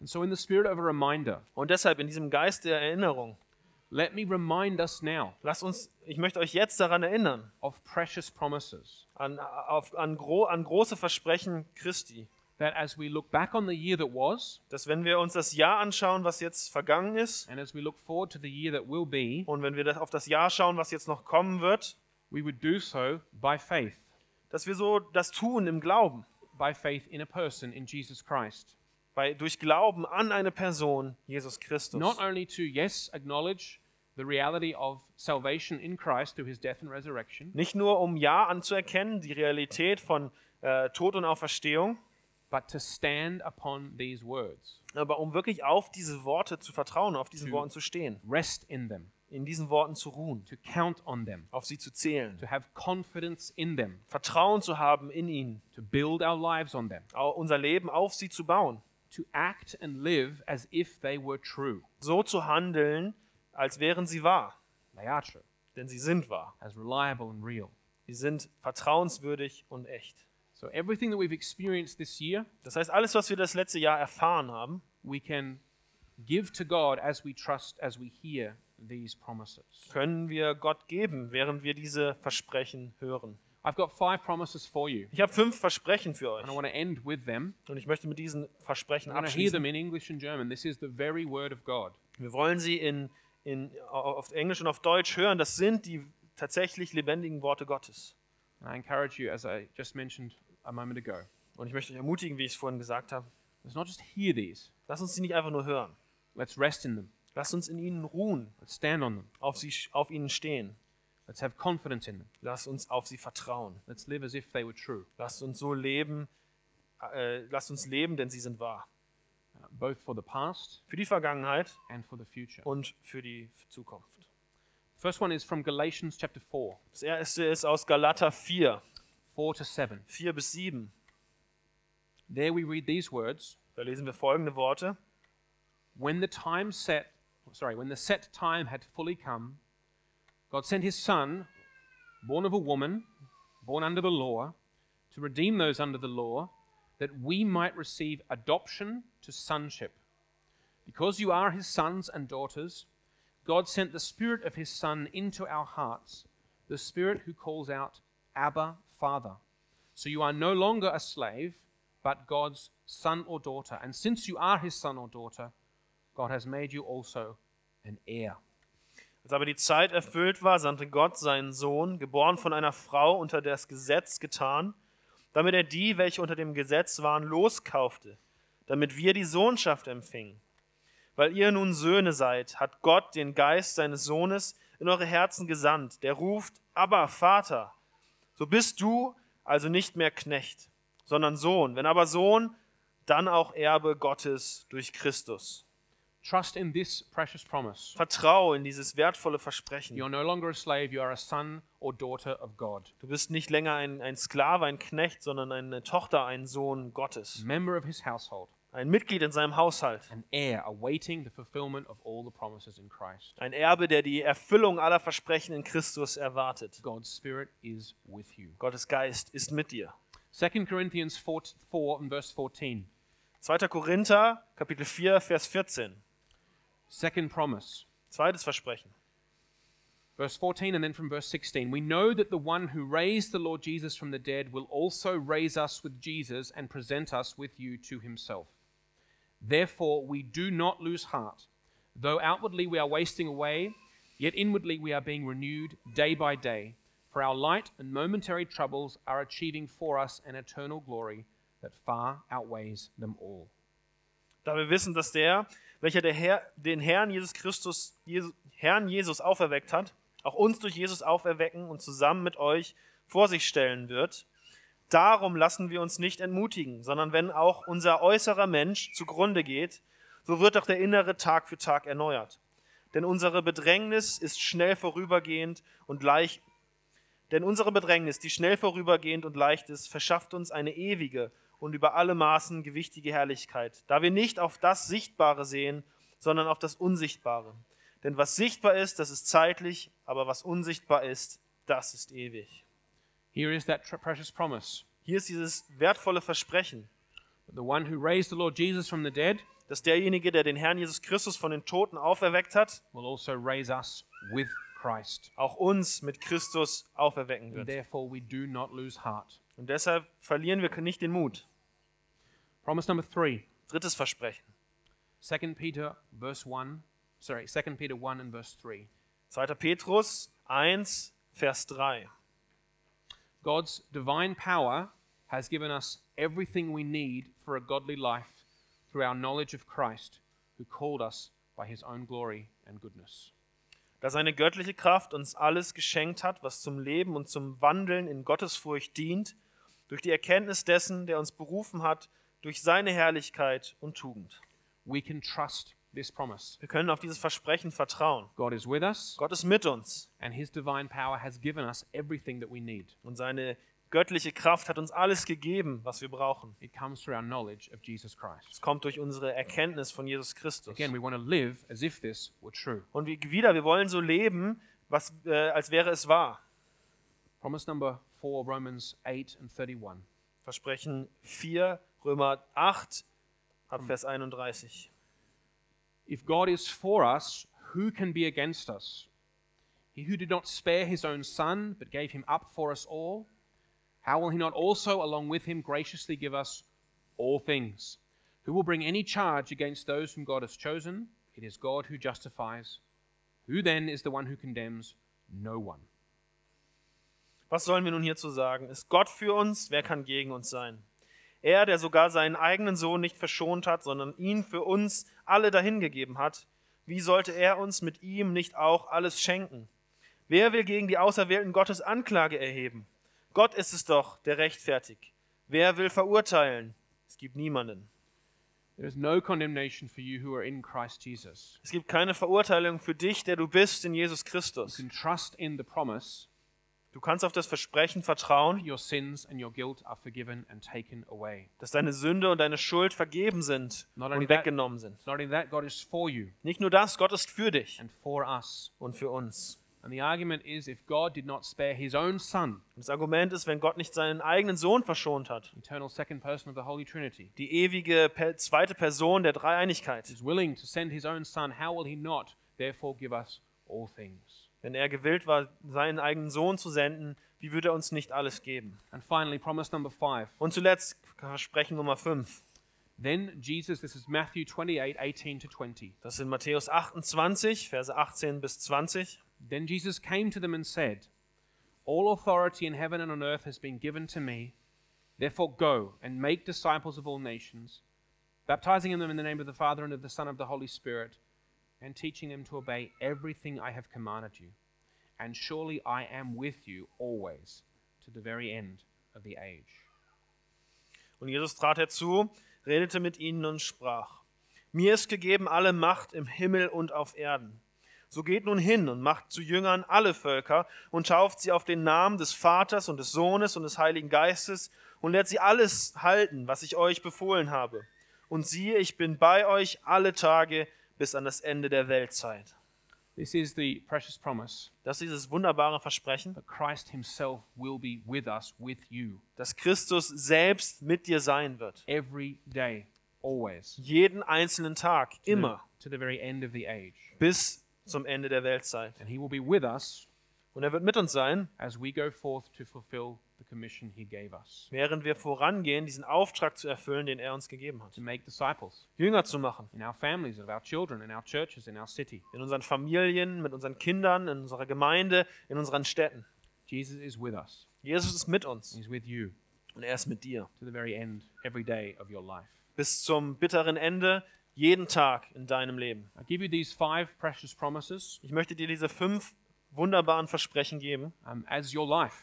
S1: And so, in the spirit of a reminder,
S2: Und deshalb in diesem Geist der Erinnerung,
S1: let me remind us now
S2: lasst uns, ich möchte euch jetzt daran erinnern,
S1: of precious promises
S2: an, auf, an, gro an große Versprechen Christi,
S1: that as we look back on the year that was,
S2: dass wenn wir uns das Jahr anschauen, was jetzt vergangen ist,
S1: and as we look forward to the year that will be,
S2: und wenn wir das auf das Jahr schauen, was jetzt noch kommen wird,
S1: we would do so by faith,
S2: dass wir so das tun im Glauben.
S1: by faith in a person, in Jesus Christ.
S2: Weil durch Glauben an eine Person, Jesus Christus.
S1: Not only to, yes, acknowledge the reality of salvation in Christ through his death and resurrection,
S2: Nicht nur um Ja anzuerkennen, die Realität von äh, Tod und Auferstehung,
S1: but to stand upon these words,
S2: aber um wirklich auf diese Worte zu vertrauen, auf diesen
S1: Zu-
S2: Worten zu stehen,
S1: rest in them,
S2: in diesen Worten zu ruhen,
S1: to count on them.
S2: auf sie zu zählen,
S1: to have confidence in them,
S2: Vertrauen zu haben in ihn,
S1: to build our lives on them,
S2: au- unser Leben auf sie zu bauen,
S1: to act and live as if they were true.
S2: so zu handeln, als wären sie wahr.
S1: They are true,
S2: Denn sie sind wahr.
S1: as reliable and real.
S2: Sie sind vertrauenswürdig und echt.
S1: So, everything that we've experienced this year,
S2: Das heißt, alles, was wir das letzte Jahr erfahren haben,
S1: we can give to God as we trust, as we hear these promises.
S2: können wir Gott geben, während wir diese Versprechen hören.
S1: I've got five promises for you,
S2: Ich habe fünf Versprechen für euch
S1: and I want to end with them.
S2: und ich möchte mit diesen Versprechen
S1: I'm going to hear
S2: abschließen.
S1: them in English and German. This is the very word of God.
S2: Wir wollen sie in, in, auf Englisch und auf Deutsch hören. Das sind die tatsächlich lebendigen Worte Gottes.
S1: And I encourage you, as I just mentioned a moment ago,
S2: Und ich möchte euch ermutigen, wie ich es vorhin gesagt habe,
S1: let's not just hear these,
S2: lasst uns sie nicht einfach nur hören.
S1: let's rest in them,
S2: Lasst uns in ihnen ruhen,
S1: let's stand on them,
S2: auf, sie, auf ihnen stehen.
S1: let's have confidence in them.
S2: Lasst uns auf sie vertrauen.
S1: Let's live as if they were true,
S2: Lasst uns so leben, äh, lasst uns leben, denn sie sind wahr.
S1: uh, both for the past
S2: Für die Vergangenheit
S1: and for the future.
S2: und für die Zukunft.
S1: First one is from Galatians chapter 4,
S2: Das erste ist aus Galater 4,
S1: 4 to 7.
S2: 4 bis 7.
S1: There we read these words
S2: Da lesen wir folgende Worte.
S1: When the time set, sorry, when the set time had fully come, God sent his son, born of a woman, born under the law, to redeem those under the law, that we might receive adoption to sonship. Because you are his sons and daughters, God sent the spirit of his son into our hearts, the spirit who calls out, Abba, Father. So you are no longer a slave, but God's son or daughter. And since you are his son or daughter, God has made you also an heir.
S2: Als aber die Zeit erfüllt war, sandte Gott seinen Sohn, geboren von einer Frau unter das Gesetz getan, damit er die, welche unter dem Gesetz waren, loskaufte, damit wir die Sohnschaft empfingen. Weil ihr nun Söhne seid, hat Gott den Geist seines Sohnes in eure Herzen gesandt, der ruft, aber Vater, so bist du also nicht mehr Knecht, sondern Sohn, wenn aber Sohn, dann auch Erbe Gottes durch Christus.
S1: Trust in this precious promise.
S2: Vertrau in dieses wertvolle Versprechen.
S1: You're no longer a slave, you are a son or daughter of God,
S2: Du bist nicht länger ein, ein Sklave, ein Knecht, sondern eine Tochter, ein Sohn Gottes.
S1: member of his household,
S2: Ein Mitglied in seinem Haushalt.
S1: an heir awaiting the fulfillment of all the promises in Christ.
S2: Ein Erbe, der die Erfüllung aller Versprechen in Christus erwartet.
S1: God's Spirit is with you.
S2: Gottes Geist ist mit dir.
S1: 2 Corinthians 4, 4 and verse 14.
S2: 2. Korinther, Kapitel 4, Vers 14.
S1: Second promise.
S2: Zweites Versprechen.
S1: Verse 14 and then from verse 16. We know that the one who raised the Lord Jesus from the dead will also raise us with Jesus and present us with you to himself. Therefore, we do not lose heart. Though outwardly we are wasting away, yet inwardly we are being renewed day by day. For our light and momentary troubles are achieving for us an eternal glory that far outweighs them all.
S2: Da wir wissen, dass der, welcher der Herr, den Herrn Jesus Christus, Jesu, Herrn Jesus auferweckt hat, auch uns durch Jesus auferwecken und zusammen mit euch vor sich stellen wird. Darum lassen wir uns nicht entmutigen, sondern wenn auch unser äußerer Mensch zugrunde geht, so wird auch der innere Tag für Tag erneuert. Denn unsere Bedrängnis ist schnell vorübergehend und leicht, denn unsere Bedrängnis, die schnell vorübergehend und leicht ist, verschafft uns eine ewige und über alle Maßen gewichtige Herrlichkeit, da wir nicht auf das Sichtbare sehen, sondern auf das Unsichtbare. Denn was sichtbar ist, das ist zeitlich, aber was unsichtbar ist, das ist ewig.
S1: Here is that tr- precious promise
S2: Hier ist dieses wertvolle Versprechen,
S1: that the one who raised the Lord Jesus from the dead
S2: dass derjenige, der den Herrn Jesus Christus von den Toten auferweckt hat,
S1: will also raise us with Christ.
S2: auch uns mit Christus auferwecken
S1: And
S2: wird.
S1: therefore, we do not lose heart.
S2: Und deshalb verlieren wir nicht den Mut.
S1: Promise number three,
S2: Drittes Versprechen.
S1: 2 Peter verse 1, sorry, 2 Peter 1 and verse 3.
S2: 2. Petrus 1, Vers 3.
S1: God's divine power has given us everything we need for a godly life through our knowledge of Christ, who called us by his own glory and goodness.
S2: da seine göttliche Kraft uns alles geschenkt hat, was zum Leben und zum Wandeln in Gottesfurcht dient, durch die Erkenntnis dessen, der uns berufen hat, durch seine Herrlichkeit und Tugend.
S1: We can trust this promise.
S2: Wir können auf dieses Versprechen vertrauen.
S1: God is with us,
S2: Gott ist mit uns
S1: and his divine power has given us everything that we need.
S2: und seine göttliche Kraft hat uns alles gegeben, was wir brauchen.
S1: It comes through our knowledge of Jesus Christ.
S2: Es kommt durch unsere Erkenntnis von Jesus Christus.
S1: Again, we want to live as if this were true.
S2: Und wie wieder, wir wollen so leben, was, äh, als wäre es wahr.
S1: Promise number four, Romans 8 and 31.
S2: Versprechen 4, Römer 8,
S1: Hm.
S2: ab Vers 31.
S1: If God is for us, who can be against us? He who did not spare his own son, but gave him up for us all, how will he not also, along with him, graciously give us all things? Who will bring any charge against those whom God has chosen? It is God who justifies. Who then is the one who condemns? No one.
S2: Was sollen wir nun hierzu sagen? Ist Gott für uns? Wer kann gegen uns sein? Er, der sogar seinen eigenen Sohn nicht verschont hat, sondern ihn für uns alle dahingegeben hat, wie sollte er uns mit ihm nicht auch alles schenken? Wer will gegen die Auserwählten Gottes Anklage erheben? Gott ist es doch, der rechtfertigt. Wer will verurteilen? Es gibt niemanden.
S1: There is no condemnation for you who are in Christ Jesus.
S2: Es gibt keine Verurteilung für dich, der du bist in Jesus
S1: You
S2: Christus.
S1: can trust in the promise
S2: Du kannst auf das Versprechen vertrauen,
S1: your sins and your guilt are forgiven and taken away.
S2: dass deine Sünde und deine Schuld vergeben sind
S1: Not only
S2: und
S1: that-
S2: weggenommen sind.
S1: Not only that, God is for you
S2: Nicht nur das, Gott ist für dich
S1: and for us.
S2: und für uns.
S1: And the argument is if God did not spare his own Son,
S2: Und das Argument ist, wenn Gott nicht seinen eigenen Sohn verschont hat,
S1: eternal second person of the Holy Trinity,
S2: die ewige per zweite Person der Dreieinigkeit,
S1: is willing to send his own Son, how will he not therefore give us all things?
S2: wenn er gewillt war, seinen eigenen Sohn zu senden, wie würde er uns nicht alles geben?
S1: And finally, promise number five
S2: Und zuletzt Versprechen Nummer 5.
S1: Then Jesus, this is Matthew 28, 18 to 20.
S2: Das sind Matthäus 28, Verse 18 bis 20.
S1: Then Jesus came to them and said, All authority in heaven and on earth has been given to me. Therefore, go and make disciples of all nations, baptizing them in the name of the Father and of the Son and of the Holy Spirit, and teaching them to obey everything I have commanded you. And surely I am with you always to the very end of the age.
S2: Und Jesus trat herzu, redete mit ihnen und sprach: Mir ist gegeben alle Macht im Himmel und auf Erden. So geht nun hin und macht zu Jüngern alle Völker und tauft sie auf den Namen des Vaters und des Sohnes und des Heiligen Geistes und lehrt sie alles halten, was ich euch befohlen habe. Und siehe, ich bin bei euch alle Tage bis an das Ende der Weltzeit.
S1: This is the precious promise
S2: Das ist dieses wunderbare Versprechen,
S1: that Christ himself will be with us, with you,
S2: dass Christus selbst mit dir sein wird.
S1: every day, always,
S2: Jeden einzelnen Tag, immer,
S1: to the very end of the age.
S2: bis zum Ende der Weltzeit.
S1: And he will be with us
S2: Und er wird mit uns sein,
S1: as we go forth to fulfill the commission he gave us
S2: während wir vorangehen, diesen Auftrag zu erfüllen, den er uns gegeben hat.
S1: to make disciples
S2: Jünger zu machen.
S1: in our families, of our children, in our churches, in our city.
S2: In unseren Familien, mit unseren Kindern, in unserer Gemeinde, in unseren Städten.
S1: Jesus is with us,
S2: Jesus ist mit uns
S1: he's with you
S2: und er ist mit dir.
S1: to the very end, every day of your life.
S2: Bis zum bitteren Ende, jeden Tag in deinem Leben.
S1: I give you these five precious promises
S2: Ich möchte dir diese fünf wunderbaren Versprechen geben,
S1: um, as your life,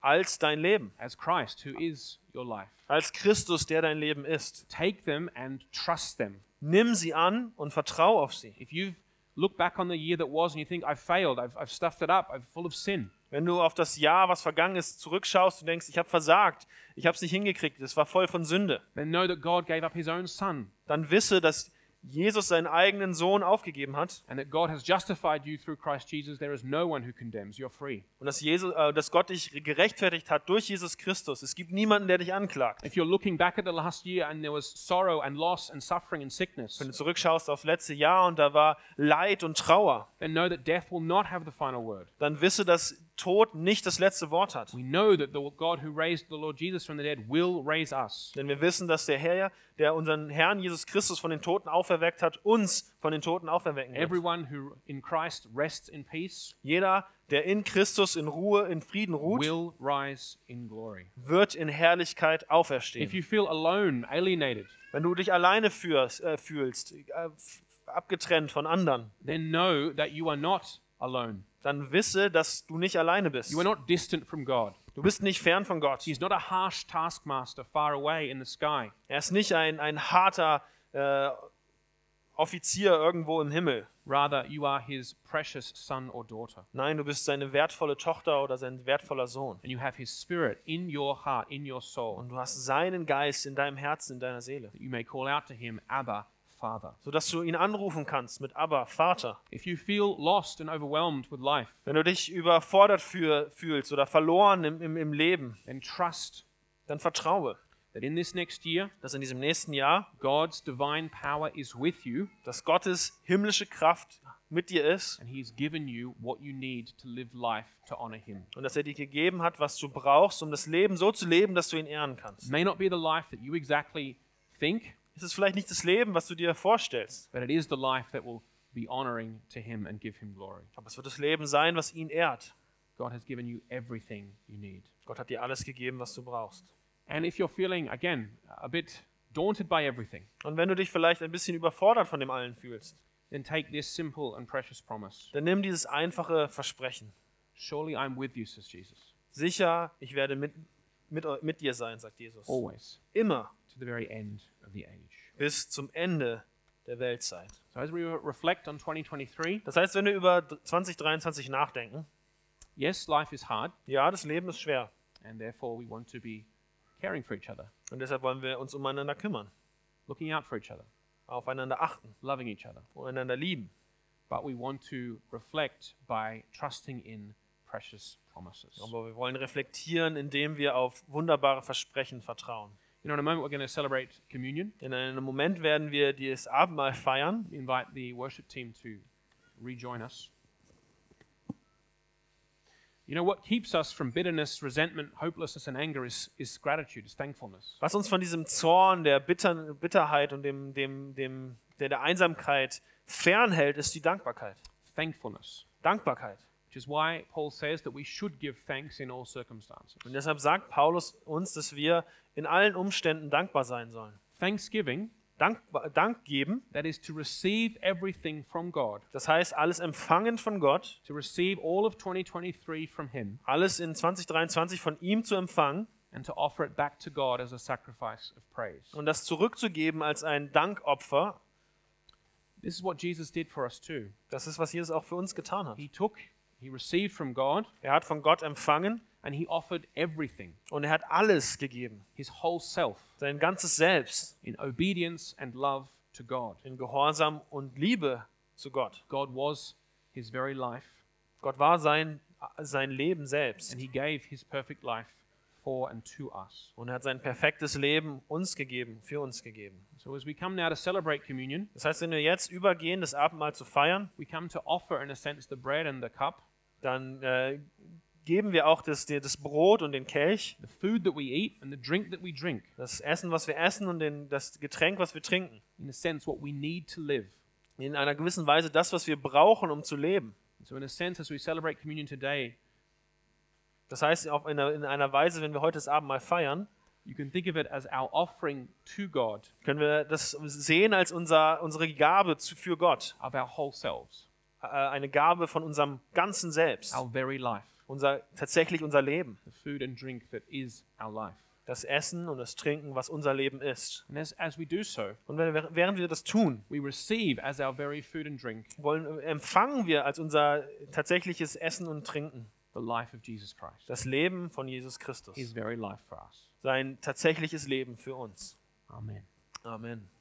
S2: als dein Leben,
S1: as Christ, who is your life.
S2: als Christus, der dein Leben ist.
S1: Take them and trust them.
S2: Nimm sie an und vertrau auf sie.
S1: If you've looked back on the year that was and you think, I've failed, I've, I've stuffed it up, I'm full of sin,
S2: Wenn du auf das Jahr, was vergangen ist, zurückschaust und denkst, ich habe versagt, ich habe es nicht hingekriegt, es war voll von Sünde,
S1: then know that God gave up his own son
S2: dann wisse, dass Jesus seinen eigenen Sohn aufgegeben hat
S1: and that God has justified you through Christ Jesus. There is no one who condemns. You're free.
S2: und dass, Jesus, äh, dass Gott dich gerechtfertigt hat durch Jesus Christus. Es gibt niemanden, der dich anklagt.
S1: If you're looking back at the last year and there was sorrow and loss and suffering and sickness,
S2: Wenn du zurückschaust auf letzte Jahr und da war Leid und Trauer,
S1: then know that death will not have the final word.
S2: dann wisse, dass Tod nicht das letzte Wort hat.
S1: We know that the God who raised the Lord Jesus from the dead will raise us.
S2: Denn wir wissen, dass der Herr, der unseren Herrn Jesus Christus von den Toten auferweckt hat, uns von den Toten auferwecken wird.
S1: Everyone who in Christ rests in peace
S2: Jeder, der in Christus in Ruhe, in Frieden ruht,
S1: will rise in glory.
S2: wird in Herrlichkeit
S1: If
S2: auferstehen.
S1: you feel alone, alienated,
S2: Wenn du dich alleine führst, äh, fühlst, äh, f- abgetrennt von anderen,
S1: then know that you are not alone.
S2: dann wisse, dass du nicht alleine bist.
S1: You are not distant from God.
S2: Du bist nicht fern von Gott.
S1: He's not a harsh taskmaster far away in the sky.
S2: Er ist nicht ein, ein harter äh, Offizier irgendwo im Himmel.
S1: Rather, you are his precious son or daughter.
S2: Nein, du bist seine wertvolle Tochter oder sein wertvoller Sohn.
S1: And you have his spirit in your heart, in your soul,
S2: Und du hast seinen Geist in deinem Herzen, in deiner Seele,
S1: that you may call out to him, Abba, Father.
S2: sodass du ihn anrufen kannst mit Abba, Vater.
S1: If you feel lost and overwhelmed with life,
S2: Wenn du dich überfordert für, fühlst oder verloren im, im, im Leben,
S1: then trust
S2: dann vertraue,
S1: that in this next year,
S2: dass in diesem nächsten Jahr,
S1: God's divine power is with you,
S2: dass Gottes himmlische Kraft mit dir ist
S1: and he's given you what you need to live life to honor him.
S2: und dass er dir gegeben hat, was du brauchst, um das Leben so zu leben, dass du ihn ehren
S1: It
S2: kannst.
S1: may not be the life that you exactly think,
S2: Es ist vielleicht nicht das Leben, was du dir vorstellst,
S1: but it is the life that will be honoring to him and give him glory.
S2: aber es wird das Leben sein, was ihn ehrt.
S1: God has given you everything you need.
S2: Gott hat dir alles gegeben, was du brauchst.
S1: And if you're feeling, again, a bit daunted by everything,
S2: Und wenn du dich vielleicht ein bisschen überfordert von dem allen fühlst,
S1: then take this simple and precious promise.
S2: dann nimm dieses einfache Versprechen.
S1: Surely I'm with you, says Jesus,
S2: Sicher, ich werde mit, mit, eu- mit dir sein, sagt Jesus.
S1: always,
S2: Immer
S1: to the very end of the age.
S2: bis zum Ende der Weltzeit.
S1: So as we re- reflect on 2023,
S2: Das heißt, wenn wir über 2023 nachdenken,
S1: yes, life is hard,
S2: ja, das Leben ist schwer.
S1: and therefore we want to be caring for each other,
S2: Und deshalb wollen wir uns umeinander kümmern,
S1: looking out for each other,
S2: aufeinander achten,
S1: loving each other.
S2: einander lieben.
S1: But we want to reflect by trusting in precious promises. You
S2: Aber wir wollen reflektieren, indem wir auf wunderbare Versprechen vertrauen.
S1: know, in a moment we're going to celebrate communion.
S2: In einem Moment werden wir dieses Abendmahl feiern.
S1: We invite the worship team to rejoin us. You know what keeps us from bitterness, resentment, hopelessness, and anger is, is gratitude, is thankfulness.
S2: Was uns von diesem Zorn, der Bitter Bitterheit und dem, dem, dem, der, der Einsamkeit fernhält, ist die Dankbarkeit.
S1: Thankfulness,
S2: Dankbarkeit.
S1: which is why Paul says that we should give thanks in all circumstances.
S2: Und deshalb sagt Paulus uns, dass wir in allen Umständen dankbar sein sollen.
S1: Thanksgiving,
S2: Dank, Dank geben,
S1: that is to receive everything from God,
S2: das heißt alles empfangen von Gott,
S1: to receive all of 2023 from Him,
S2: alles in 2023 von ihm zu empfangen
S1: and to offer it back to God as a sacrifice of praise.
S2: und das zurückzugeben als ein Dankopfer.
S1: This is what Jesus did for us too.
S2: Das ist, was Jesus auch für uns getan hat.
S1: He took, He received from God,
S2: Er hat von Gott empfangen
S1: and He offered everything,
S2: und er hat alles gegeben,
S1: His whole self,
S2: sein ganzes Selbst,
S1: in obedience and love to God.
S2: in Gehorsam und Liebe zu Gott.
S1: God was His very life.
S2: Gott war sein, sein Leben selbst
S1: and he gave his perfect life for and to us.
S2: und er hat sein perfektes Leben uns gegeben, für uns gegeben.
S1: So as we come now to celebrate communion,
S2: Das heißt, wenn wir jetzt übergehen, das Abendmahl zu feiern,
S1: we come to offer in a sense the bread and the cup,
S2: dann äh, geben wir auch das, die- das Brot und den Kelch,
S1: the food that we eat and the drink that we drink,
S2: das Essen, was wir essen und den, das Getränk, was wir trinken.
S1: in a sense what we need to live.
S2: In einer gewissen Weise das, was wir brauchen, um zu leben.
S1: And so in a sense as we celebrate communion today,
S2: Das heißt, auch in einer, in einer Weise, wenn wir heute das Abendmahl feiern,
S1: you can think of it as our offering to God
S2: können wir das sehen als unser, unsere Gabe zu, für Gott.
S1: of our whole selves,
S2: Äh, Eine Gabe von unserem ganzen Selbst.
S1: our very life,
S2: Unser, tatsächlich unser Leben.
S1: the food and drink that is our life.
S2: Das Essen und das Trinken, was unser Leben ist.
S1: And as, as we do so,
S2: Und wenn, wir- während wir das tun,
S1: we receive as our very food and drink
S2: wollen, empfangen wir als unser tatsächliches Essen und Trinken
S1: the life of Jesus Christ,
S2: das Leben von Jesus Christus.
S1: his very life for us.
S2: Sein tatsächliches Leben für uns.
S1: Amen.
S2: Amen.